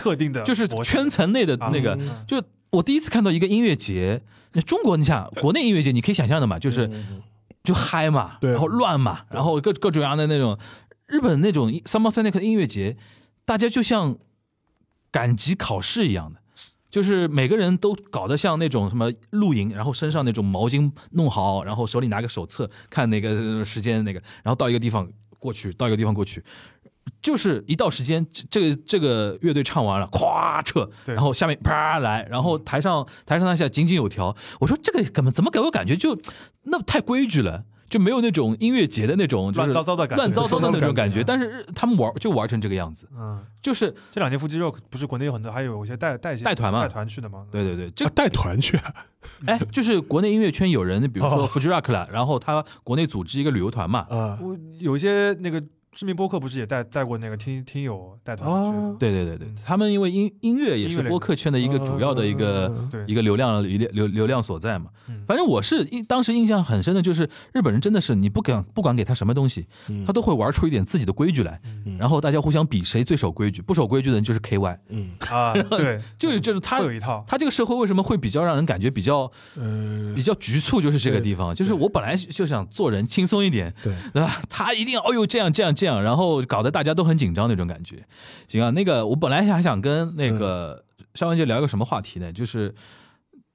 [SPEAKER 2] 特定的模
[SPEAKER 1] 就
[SPEAKER 2] 式，
[SPEAKER 1] 是圈层内的
[SPEAKER 2] 啊
[SPEAKER 1] 那个，
[SPEAKER 2] 嗯
[SPEAKER 1] 就我第一次看到一个音乐节，那中国你想国内音乐节你可以想象的嘛，就是就嗨嘛，
[SPEAKER 4] 对
[SPEAKER 1] 然后乱嘛，然后各各种各样的那种日本那种 Summer Sonic 音乐节，大家就像赶集考试一样的。就是每个人都搞得像那种什么露营，然后身上那种毛巾弄好，然后手里拿个手册看哪个呃时间那个，然后到一个地方过去，到一个地方过去，就是一到时间，这这个这个乐队唱完了，咵撤，
[SPEAKER 2] 对嗯
[SPEAKER 1] 然后下面啪来，然后台上台上台下井井有条。我说这个怎么怎么给我感觉就那太规矩了，就没有那种音乐节的那种就是
[SPEAKER 2] 乱糟糟的感觉，
[SPEAKER 1] 乱糟糟的那种感觉。
[SPEAKER 2] 嗯
[SPEAKER 1] 但是日他们玩就玩成这个样子，
[SPEAKER 2] 嗯，
[SPEAKER 1] 就是
[SPEAKER 2] 这两年腹肌肉不是国内有很多，还有一些带带一些
[SPEAKER 1] 带团嘛
[SPEAKER 2] 带团去的嘛。
[SPEAKER 1] 对对对，这
[SPEAKER 4] 啊带团去啊，
[SPEAKER 1] 哎就是国内音乐圈有人，比如说
[SPEAKER 4] 哦
[SPEAKER 2] 哦
[SPEAKER 1] Fuji Rock 了，然后他国内组织一个旅游团嘛，
[SPEAKER 4] 啊
[SPEAKER 2] 我有一些那个知名播客不是也带带过那个听听友带团去？
[SPEAKER 4] 哦
[SPEAKER 1] 对对对对
[SPEAKER 2] 嗯，
[SPEAKER 1] 他们因为音音乐也
[SPEAKER 2] 音
[SPEAKER 1] 是
[SPEAKER 2] 乐类哦
[SPEAKER 1] 播客圈的一个主要的一个
[SPEAKER 4] 嗯
[SPEAKER 2] 对，
[SPEAKER 1] 一个流量流流流量所在嘛
[SPEAKER 2] 嗯。
[SPEAKER 1] 反正我是印当时印象很深的就是日本人真的是你不管不管给他什么东西，
[SPEAKER 4] 嗯
[SPEAKER 1] 他都会玩出一点自己的规矩来，
[SPEAKER 2] 嗯
[SPEAKER 1] 然后大家互相比谁最守规矩，不守规矩的人就是 K Y，
[SPEAKER 4] 嗯
[SPEAKER 2] 啊，对，
[SPEAKER 1] 就是就是他
[SPEAKER 2] 会有一套，
[SPEAKER 1] 他这个社会为什么会比较让人感觉比较
[SPEAKER 4] 呃
[SPEAKER 1] 比较局促，就是这个地方，就是我本来就想做人轻松一点，
[SPEAKER 4] 对
[SPEAKER 1] 对吧？ 他一定要，哦呦，这样这样这样，然后搞得大家都很紧张那种感觉。行啊，那个我本来还想跟那个
[SPEAKER 2] 嗯
[SPEAKER 1] 上文杰聊一个什么话题呢？就是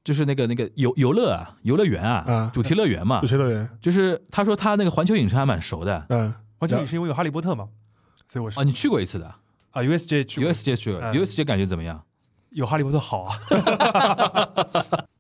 [SPEAKER 1] 就是那个那个游游乐啊，游乐园啊
[SPEAKER 4] 啊，
[SPEAKER 1] 主题乐园嘛
[SPEAKER 4] 有，些乐园，
[SPEAKER 1] 就是他说他那个环球影城还蛮熟的
[SPEAKER 4] 嗯
[SPEAKER 2] 完全你是因为有哈利波特嘛，所以我是
[SPEAKER 1] 啊，你去过一次的
[SPEAKER 2] 啊 USJ 去过
[SPEAKER 1] ，USJ 去过
[SPEAKER 2] 嗯
[SPEAKER 1] ，USJ 感觉怎么样？
[SPEAKER 2] 有哈利波特好啊，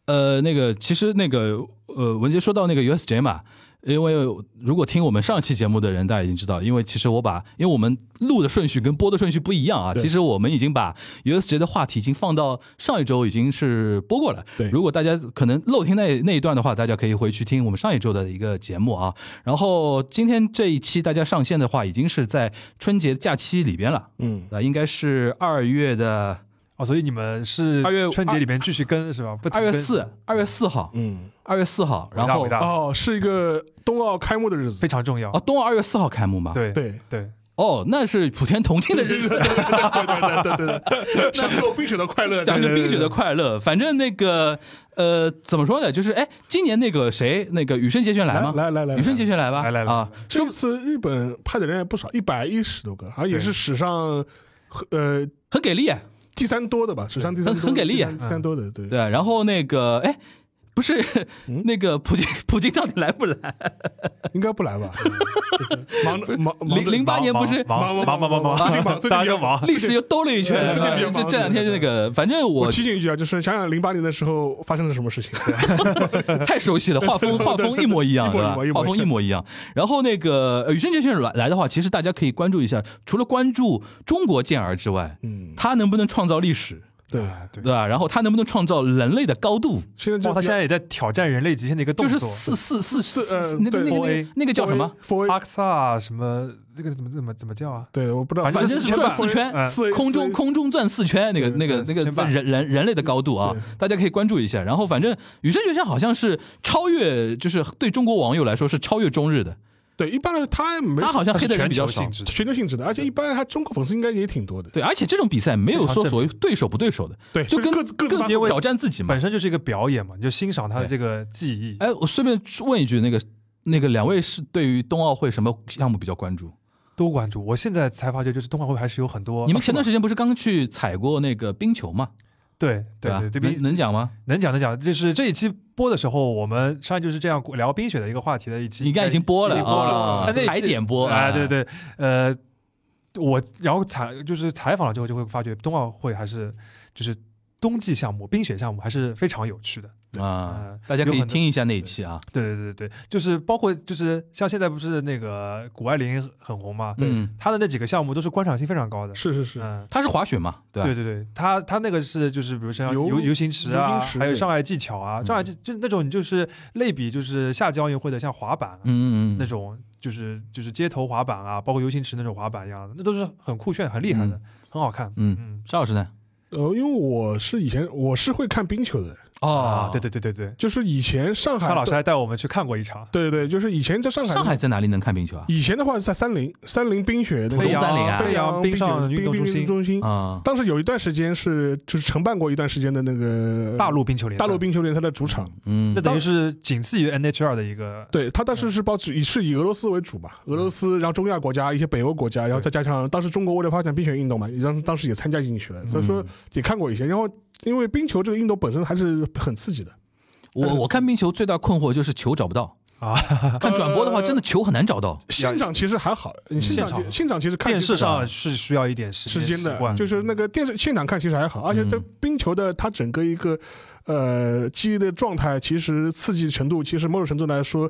[SPEAKER 1] 呃，那个其实那个呃，文杰说到那个 USJ 嘛，因为如果听我们上期节目的人，大家已经知道，因为其实我把因为我们录的顺序跟播的顺序不一样啊，
[SPEAKER 4] 对
[SPEAKER 1] 其实我们已经把 USJ 的话题已经放到上一周已经是播过了。
[SPEAKER 4] 对
[SPEAKER 1] 如果大家可能漏听那那一段的话，大家可以回去听我们上一周的一个节目啊。然后今天这一期大家上线的话，已经是在春节假期里边了，
[SPEAKER 4] 嗯，
[SPEAKER 1] 啊，应该是二月的
[SPEAKER 2] 哦，所以你们是
[SPEAKER 1] 二月
[SPEAKER 2] 春节里面继续跟是吧？不停
[SPEAKER 1] 二月
[SPEAKER 2] 跟
[SPEAKER 1] 四，二月四号，
[SPEAKER 4] 嗯
[SPEAKER 1] 二月四号，然后
[SPEAKER 2] 伟大伟。大
[SPEAKER 4] 哦，是一个冬奥开幕的日子
[SPEAKER 2] 非，常重要
[SPEAKER 1] 啊，，冬奥二月四号开幕嘛？，
[SPEAKER 2] 对
[SPEAKER 4] 对
[SPEAKER 2] 对，
[SPEAKER 1] 哦，那是普天同庆的日子，
[SPEAKER 4] 对对对， 享受冰雪的快乐，
[SPEAKER 1] 讲
[SPEAKER 4] 对
[SPEAKER 1] 是
[SPEAKER 4] 对
[SPEAKER 1] 冰雪的快乐。反正那个呃，怎么说呢？就是哎，今年那个谁，那个羽生结弦来吗？
[SPEAKER 4] 来来来，
[SPEAKER 1] 羽生结弦来吧，
[SPEAKER 2] 来来来
[SPEAKER 1] 啊！
[SPEAKER 4] 这次日本派的人也不少，一百一十多个，好像也是史上呃
[SPEAKER 1] 很给力，
[SPEAKER 4] 第三多的吧，史上第三
[SPEAKER 1] 很
[SPEAKER 4] 多
[SPEAKER 1] 很给力啊
[SPEAKER 4] 第三第三多的，对
[SPEAKER 1] 对。然后那个哎，不是
[SPEAKER 4] 嗯 啊
[SPEAKER 1] 那个普京，普京到底来不来？
[SPEAKER 4] 应该不 来吧？忙着忙忙
[SPEAKER 1] 零
[SPEAKER 4] 着
[SPEAKER 1] 零八年不是
[SPEAKER 2] 忙忙忙忙忙忙
[SPEAKER 4] 最近
[SPEAKER 2] 忙，
[SPEAKER 4] 忙最近
[SPEAKER 2] 大家都
[SPEAKER 4] 忙
[SPEAKER 2] 忙，
[SPEAKER 1] 历史又兜了一圈
[SPEAKER 4] 对，这个比较
[SPEAKER 1] 啊
[SPEAKER 4] 忙
[SPEAKER 1] 这这两天
[SPEAKER 4] 对
[SPEAKER 1] 那
[SPEAKER 4] 对
[SPEAKER 1] 个，反正
[SPEAKER 4] 我
[SPEAKER 1] 我啊
[SPEAKER 4] 提醒一句啊，就是想想零八年的时候发生了什么事情。
[SPEAKER 1] 太熟悉了，画 风画风一模一样，
[SPEAKER 4] 一模
[SPEAKER 1] 对
[SPEAKER 4] 一
[SPEAKER 1] 吧
[SPEAKER 4] 模一？模
[SPEAKER 1] 画风一模一样。然后那个呃羽生结弦来来的话，其实大家可以关注一下，除了关注中国健儿之外，
[SPEAKER 4] 嗯，
[SPEAKER 1] 他能不能创造历史，
[SPEAKER 4] 对。
[SPEAKER 2] 哎对
[SPEAKER 1] 对。吧？然后他能不能创造人类的高度？
[SPEAKER 4] 现在
[SPEAKER 2] 哇，
[SPEAKER 4] 就
[SPEAKER 2] 他现在也在挑战人类极限的一个动
[SPEAKER 1] 就是
[SPEAKER 2] 作，
[SPEAKER 1] 四四四四
[SPEAKER 4] 是呃
[SPEAKER 1] 那个那
[SPEAKER 4] 对
[SPEAKER 1] 个那
[SPEAKER 2] 4A
[SPEAKER 1] 个那个叫什么？
[SPEAKER 4] f o
[SPEAKER 2] 阿克萨啊什么那个怎么怎么怎么叫啊？
[SPEAKER 4] 对，我不知道，
[SPEAKER 2] 反
[SPEAKER 1] 反
[SPEAKER 2] 就
[SPEAKER 1] 正
[SPEAKER 2] 是
[SPEAKER 1] 是转
[SPEAKER 2] 四
[SPEAKER 1] 四圈，
[SPEAKER 2] 圈嗯
[SPEAKER 4] 四
[SPEAKER 1] 空中空中转四圈，那个
[SPEAKER 4] 对
[SPEAKER 1] 那个那
[SPEAKER 2] 对
[SPEAKER 1] 个
[SPEAKER 2] 先把
[SPEAKER 1] 在人人人类的高度啊
[SPEAKER 4] 对，
[SPEAKER 1] 大家可以关注一下。然后反正羽生结弦好像是超越，就是对中国网友来说是超越中日的，
[SPEAKER 4] 对，一般来说他没
[SPEAKER 1] 他好像
[SPEAKER 2] 它
[SPEAKER 1] 黑
[SPEAKER 2] 是
[SPEAKER 1] 的人
[SPEAKER 2] 全
[SPEAKER 1] 比较
[SPEAKER 2] 球
[SPEAKER 1] 少
[SPEAKER 2] 性。质的，
[SPEAKER 4] 全球性质的，而且一般他中国粉丝应该也挺多的。
[SPEAKER 1] 对，而且这种比赛没有
[SPEAKER 2] 非常
[SPEAKER 1] 说
[SPEAKER 2] 正
[SPEAKER 1] 所谓对手不对手的，
[SPEAKER 4] 对，
[SPEAKER 1] 就跟
[SPEAKER 4] 各自各自
[SPEAKER 1] 更
[SPEAKER 4] 发
[SPEAKER 2] 因为
[SPEAKER 1] 挑战自己嘛
[SPEAKER 2] 本。身就是一个表演嘛，你就欣赏他的这个技艺。
[SPEAKER 1] 哎，我随便问一句，那个那个两位是对于冬奥会什么项目比较关注？
[SPEAKER 2] 多关注。我现在才发觉，就是冬奥会还是有很多啊
[SPEAKER 1] 你们前段时间不是刚去踩过那个冰球嘛？
[SPEAKER 2] 对对
[SPEAKER 1] 吧
[SPEAKER 2] 对对，
[SPEAKER 1] 能
[SPEAKER 2] 冰
[SPEAKER 1] 能讲吗？
[SPEAKER 2] 能讲能讲，就是这一期播的时候，我们上一就是这样聊冰雪的一个话题的一期，
[SPEAKER 1] 你应该已经播了
[SPEAKER 2] 已经播
[SPEAKER 1] 啊
[SPEAKER 2] 了，但那一期
[SPEAKER 1] 踩点播
[SPEAKER 2] 啊，
[SPEAKER 1] 啊
[SPEAKER 2] 对对，呃，我然后采就是采访了之后，就会发觉冬奥会还是就是冬季项目、冰雪项目还是非常有趣的。
[SPEAKER 1] 啊
[SPEAKER 2] 嗯，
[SPEAKER 1] 大家可
[SPEAKER 2] 有
[SPEAKER 1] 以
[SPEAKER 2] 很多
[SPEAKER 1] 听一下那一期啊。
[SPEAKER 2] 对对对对，就是包括就是像现在不是那个谷爱凌很红嘛，
[SPEAKER 1] 嗯，
[SPEAKER 2] 她的那几个项目都是观赏性非常高的，
[SPEAKER 4] 是是是，
[SPEAKER 2] 嗯。
[SPEAKER 1] 他是滑雪嘛，对吧？
[SPEAKER 2] 对对对，他他那个是就是比如像
[SPEAKER 4] 游
[SPEAKER 2] 游游行池啊，
[SPEAKER 4] 游行池
[SPEAKER 2] 还有
[SPEAKER 4] 对嗯
[SPEAKER 2] 障碍技巧啊，障碍技就那种你就是类比就是夏季奥运会的像滑板啊、
[SPEAKER 1] 嗯嗯嗯，
[SPEAKER 2] 那种，就是就是街头滑板啊，包括游行池那种滑板一样的，那都是很酷炫、很厉害的，
[SPEAKER 1] 嗯
[SPEAKER 2] 很好看。
[SPEAKER 1] 嗯
[SPEAKER 2] 嗯
[SPEAKER 1] 沙老师呢？
[SPEAKER 4] 呃，因为我是以前我是会看冰球的，
[SPEAKER 1] 哦，
[SPEAKER 2] 啊对对对对对，
[SPEAKER 4] 就是以前上海
[SPEAKER 2] 沙老师还带我们去看过一场，
[SPEAKER 4] 对对对，就是以前在上海，
[SPEAKER 1] 上海在哪里能看冰球啊？
[SPEAKER 4] 以前的话是在三陵，三陵冰雪那
[SPEAKER 1] 飞
[SPEAKER 4] 个
[SPEAKER 1] 扬啊
[SPEAKER 2] 飞扬冰
[SPEAKER 4] 冰雪
[SPEAKER 2] 上运
[SPEAKER 4] 冰
[SPEAKER 2] 动中
[SPEAKER 4] 冰
[SPEAKER 2] 心
[SPEAKER 4] 中心。
[SPEAKER 1] 啊，
[SPEAKER 4] 当时有一段时间是就是承办过一段时间的那个
[SPEAKER 2] 大陆冰球联赛
[SPEAKER 4] 大陆，冰球联赛的主场，
[SPEAKER 1] 嗯
[SPEAKER 2] 那，等于是仅次于 NHR 的一个
[SPEAKER 4] 对他当时是包以是以俄罗斯为主嘛，俄罗斯，然后中亚国家一些北欧国家，然后再加上当时中国为了发展冰雪运动嘛，也让当时也参加进
[SPEAKER 2] 嗯
[SPEAKER 4] 去了，
[SPEAKER 1] 嗯
[SPEAKER 4] 所以说也看过一些。然后因为冰球这个运动本身还是很刺激的，
[SPEAKER 1] 我我看冰球最大困惑就是球找不到
[SPEAKER 2] 啊，
[SPEAKER 1] 看转播的话
[SPEAKER 4] 呃
[SPEAKER 1] 真的球很难找到。
[SPEAKER 4] 现场其实还好，你现
[SPEAKER 2] 嗯现
[SPEAKER 4] 场
[SPEAKER 2] 场
[SPEAKER 4] 现场其实看
[SPEAKER 2] 电
[SPEAKER 4] 起
[SPEAKER 2] 视
[SPEAKER 4] 来
[SPEAKER 2] 上是需要一点时
[SPEAKER 4] 时间
[SPEAKER 2] 习惯嗯
[SPEAKER 4] 的，就是那个电视现场看其实还好，而且这
[SPEAKER 1] 嗯
[SPEAKER 4] 冰球的它整个一个呃激烈的状态，其实刺激程度，其实某种程度来说，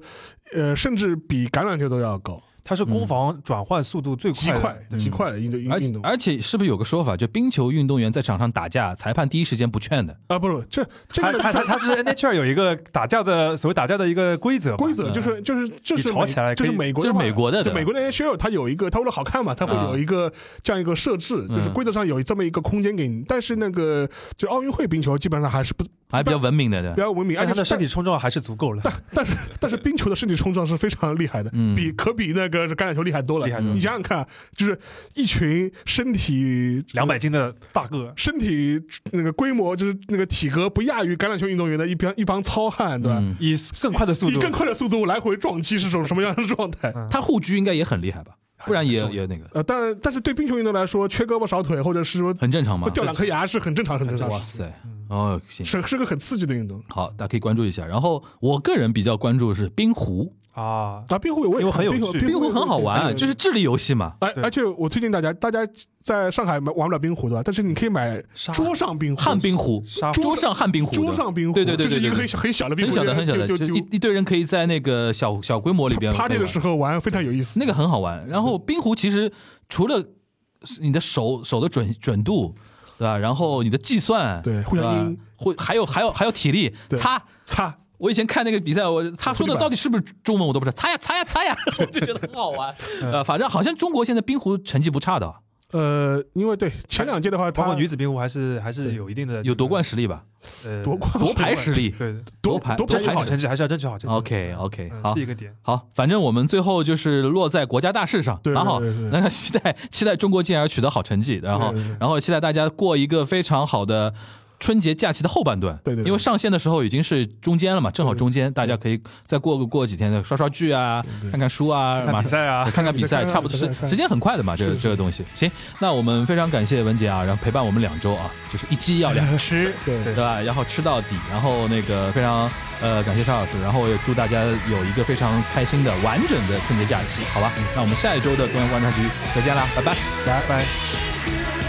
[SPEAKER 4] 呃，甚至比橄榄球都要高。
[SPEAKER 2] 它是
[SPEAKER 1] 嗯
[SPEAKER 2] 攻防转换速度最
[SPEAKER 4] 极
[SPEAKER 2] 快的，
[SPEAKER 4] 快
[SPEAKER 2] 对
[SPEAKER 4] 极快的运动
[SPEAKER 1] 而
[SPEAKER 4] 运动
[SPEAKER 1] 而且是不是有个说法，就冰球运动员在场上打架，裁判第一时间不劝的？
[SPEAKER 4] 啊，不是这这
[SPEAKER 2] 它
[SPEAKER 4] 个
[SPEAKER 2] 它它它是 NHL 有一个打架的所谓打架的一个规则嘛，
[SPEAKER 4] 规则就是就是就是
[SPEAKER 2] 你吵
[SPEAKER 4] 美
[SPEAKER 2] 起来
[SPEAKER 4] 就
[SPEAKER 2] 可以
[SPEAKER 4] 是美国
[SPEAKER 1] 这是
[SPEAKER 4] 话
[SPEAKER 1] 美国的
[SPEAKER 4] 就
[SPEAKER 1] 对吧
[SPEAKER 4] 美国的 NHL 它有一个，它为了好看嘛，它会
[SPEAKER 1] 啊
[SPEAKER 4] 有一个这样一个设置，就是
[SPEAKER 1] 嗯
[SPEAKER 4] 规则上有这么一个空间给你。但是那个就奥运会冰球基本上还是不比
[SPEAKER 1] 还比较文明的，对吧？
[SPEAKER 4] 较文明，而
[SPEAKER 2] 但
[SPEAKER 4] 且
[SPEAKER 2] 他的
[SPEAKER 4] 是
[SPEAKER 2] 身体冲撞还是足够了，
[SPEAKER 4] 但是但是冰球的身体冲撞是非常厉害的，
[SPEAKER 1] 嗯
[SPEAKER 4] 比可比那个橄榄球厉害多了。
[SPEAKER 2] 厉害
[SPEAKER 1] 多了
[SPEAKER 4] 你想想看，就是一群身体
[SPEAKER 2] 两百斤的大个，
[SPEAKER 4] 身体那个规模，就是那个体格不亚于橄榄球运动员的一帮一帮糙汉，对吧？
[SPEAKER 1] 嗯
[SPEAKER 2] 以更快的速
[SPEAKER 4] 以
[SPEAKER 2] 度，
[SPEAKER 4] 更快的速度来回撞击是种什么样的状态？
[SPEAKER 1] 他护具应该也很厉害吧？不然也
[SPEAKER 2] 很重
[SPEAKER 1] 也那个
[SPEAKER 4] 呃，但但是对冰球运动来说，缺胳膊少腿或者是说
[SPEAKER 1] 很正常嘛。
[SPEAKER 4] 掉两嗯颗牙是很正常、很正常
[SPEAKER 1] 哇
[SPEAKER 4] 的事，
[SPEAKER 1] 塞，哦行，
[SPEAKER 4] 是是个很刺激的运动。
[SPEAKER 1] 好，大家可以关注一下。然后我个人比较关注的是冰壶，
[SPEAKER 2] 啊，
[SPEAKER 4] 啊，冰壶我也
[SPEAKER 2] 因为很有
[SPEAKER 4] 冰壶
[SPEAKER 2] 趣
[SPEAKER 1] 冰壶很好
[SPEAKER 4] 我
[SPEAKER 1] 玩，
[SPEAKER 4] 也
[SPEAKER 1] 就是智力游戏嘛。
[SPEAKER 4] 哎，
[SPEAKER 2] 对
[SPEAKER 4] 而且我推荐大家，大家在上海买玩不了冰壶的吧，但是你可以买
[SPEAKER 2] 沙
[SPEAKER 4] 桌上冰壶、
[SPEAKER 1] 旱冰壶
[SPEAKER 2] 沙，
[SPEAKER 1] 桌上旱冰壶的，
[SPEAKER 4] 嗯桌上冰壶，
[SPEAKER 1] 对对对
[SPEAKER 4] 就
[SPEAKER 1] 对
[SPEAKER 4] 是
[SPEAKER 1] 对
[SPEAKER 4] 一个很
[SPEAKER 1] 对，
[SPEAKER 4] 小很小的冰壶，
[SPEAKER 1] 很小的
[SPEAKER 4] 就
[SPEAKER 1] 很小的，
[SPEAKER 4] 就
[SPEAKER 1] 就
[SPEAKER 4] 就
[SPEAKER 1] 一一堆人可以在那个小小规模里边
[SPEAKER 4] party 的时候嗯玩非常有意思。
[SPEAKER 1] 那个很好玩。然后冰壶其实除了你的手手的准准度，对吧？然后你的计算，
[SPEAKER 4] 对互相
[SPEAKER 1] 吧
[SPEAKER 4] 赢
[SPEAKER 1] 会还有还有还有体力
[SPEAKER 4] 对
[SPEAKER 1] 擦。
[SPEAKER 4] 擦，
[SPEAKER 1] 我以前看那个比赛，我他说的到底是不是中文我都不知道，擦呀擦呀擦呀， 我就觉得很好玩。呃，反正好像中国现在冰壶成绩不差的啊，
[SPEAKER 4] 呃，因为对前两届的话，
[SPEAKER 2] 包括
[SPEAKER 4] 他
[SPEAKER 2] 女子冰壶还是还是有一定的
[SPEAKER 1] 有夺冠实力吧，
[SPEAKER 2] 呃
[SPEAKER 4] 夺冠
[SPEAKER 1] 夺牌实力，
[SPEAKER 2] 对，
[SPEAKER 1] 夺牌
[SPEAKER 4] 夺
[SPEAKER 1] 夺
[SPEAKER 2] 争取
[SPEAKER 1] 牌
[SPEAKER 2] 好
[SPEAKER 1] 实力
[SPEAKER 2] 成绩还是要争取好成绩
[SPEAKER 1] OK OK，
[SPEAKER 2] 嗯
[SPEAKER 1] 好
[SPEAKER 2] 是。一个点。
[SPEAKER 1] 好，反正我们最后就是落在国家大事上，
[SPEAKER 4] 对
[SPEAKER 1] 蛮好
[SPEAKER 4] 对对对。
[SPEAKER 1] 那个期待 期待中国健儿取得好成绩，然后
[SPEAKER 4] 对对对
[SPEAKER 1] 然后期待大家过一个非常好的。春节假期的后半段，
[SPEAKER 4] 对对对
[SPEAKER 1] 因为上线的时候已经是中间了嘛，正好中间，大家可以再过个过几天的刷刷剧啊，看看书啊，
[SPEAKER 2] 看
[SPEAKER 1] 马
[SPEAKER 2] 比
[SPEAKER 1] 上
[SPEAKER 2] 赛啊，
[SPEAKER 1] 看看比赛，
[SPEAKER 4] 看看
[SPEAKER 1] 差不多
[SPEAKER 4] 看
[SPEAKER 1] 是
[SPEAKER 4] 看看
[SPEAKER 1] 时间很快的嘛，这个这个东西。行，那我们非常感谢文杰啊，然后陪伴我们两周啊，就是一鸡 要两
[SPEAKER 2] 吃
[SPEAKER 4] 对
[SPEAKER 1] 对吧？然后吃到底，然后那个非常呃感谢邵老师，然后也祝大家有一个非常开心的完整的春节假期，好吧？那我们下一周的东阳观察局再见啦，拜拜。
[SPEAKER 2] 拜拜。
[SPEAKER 3] 「くらい」「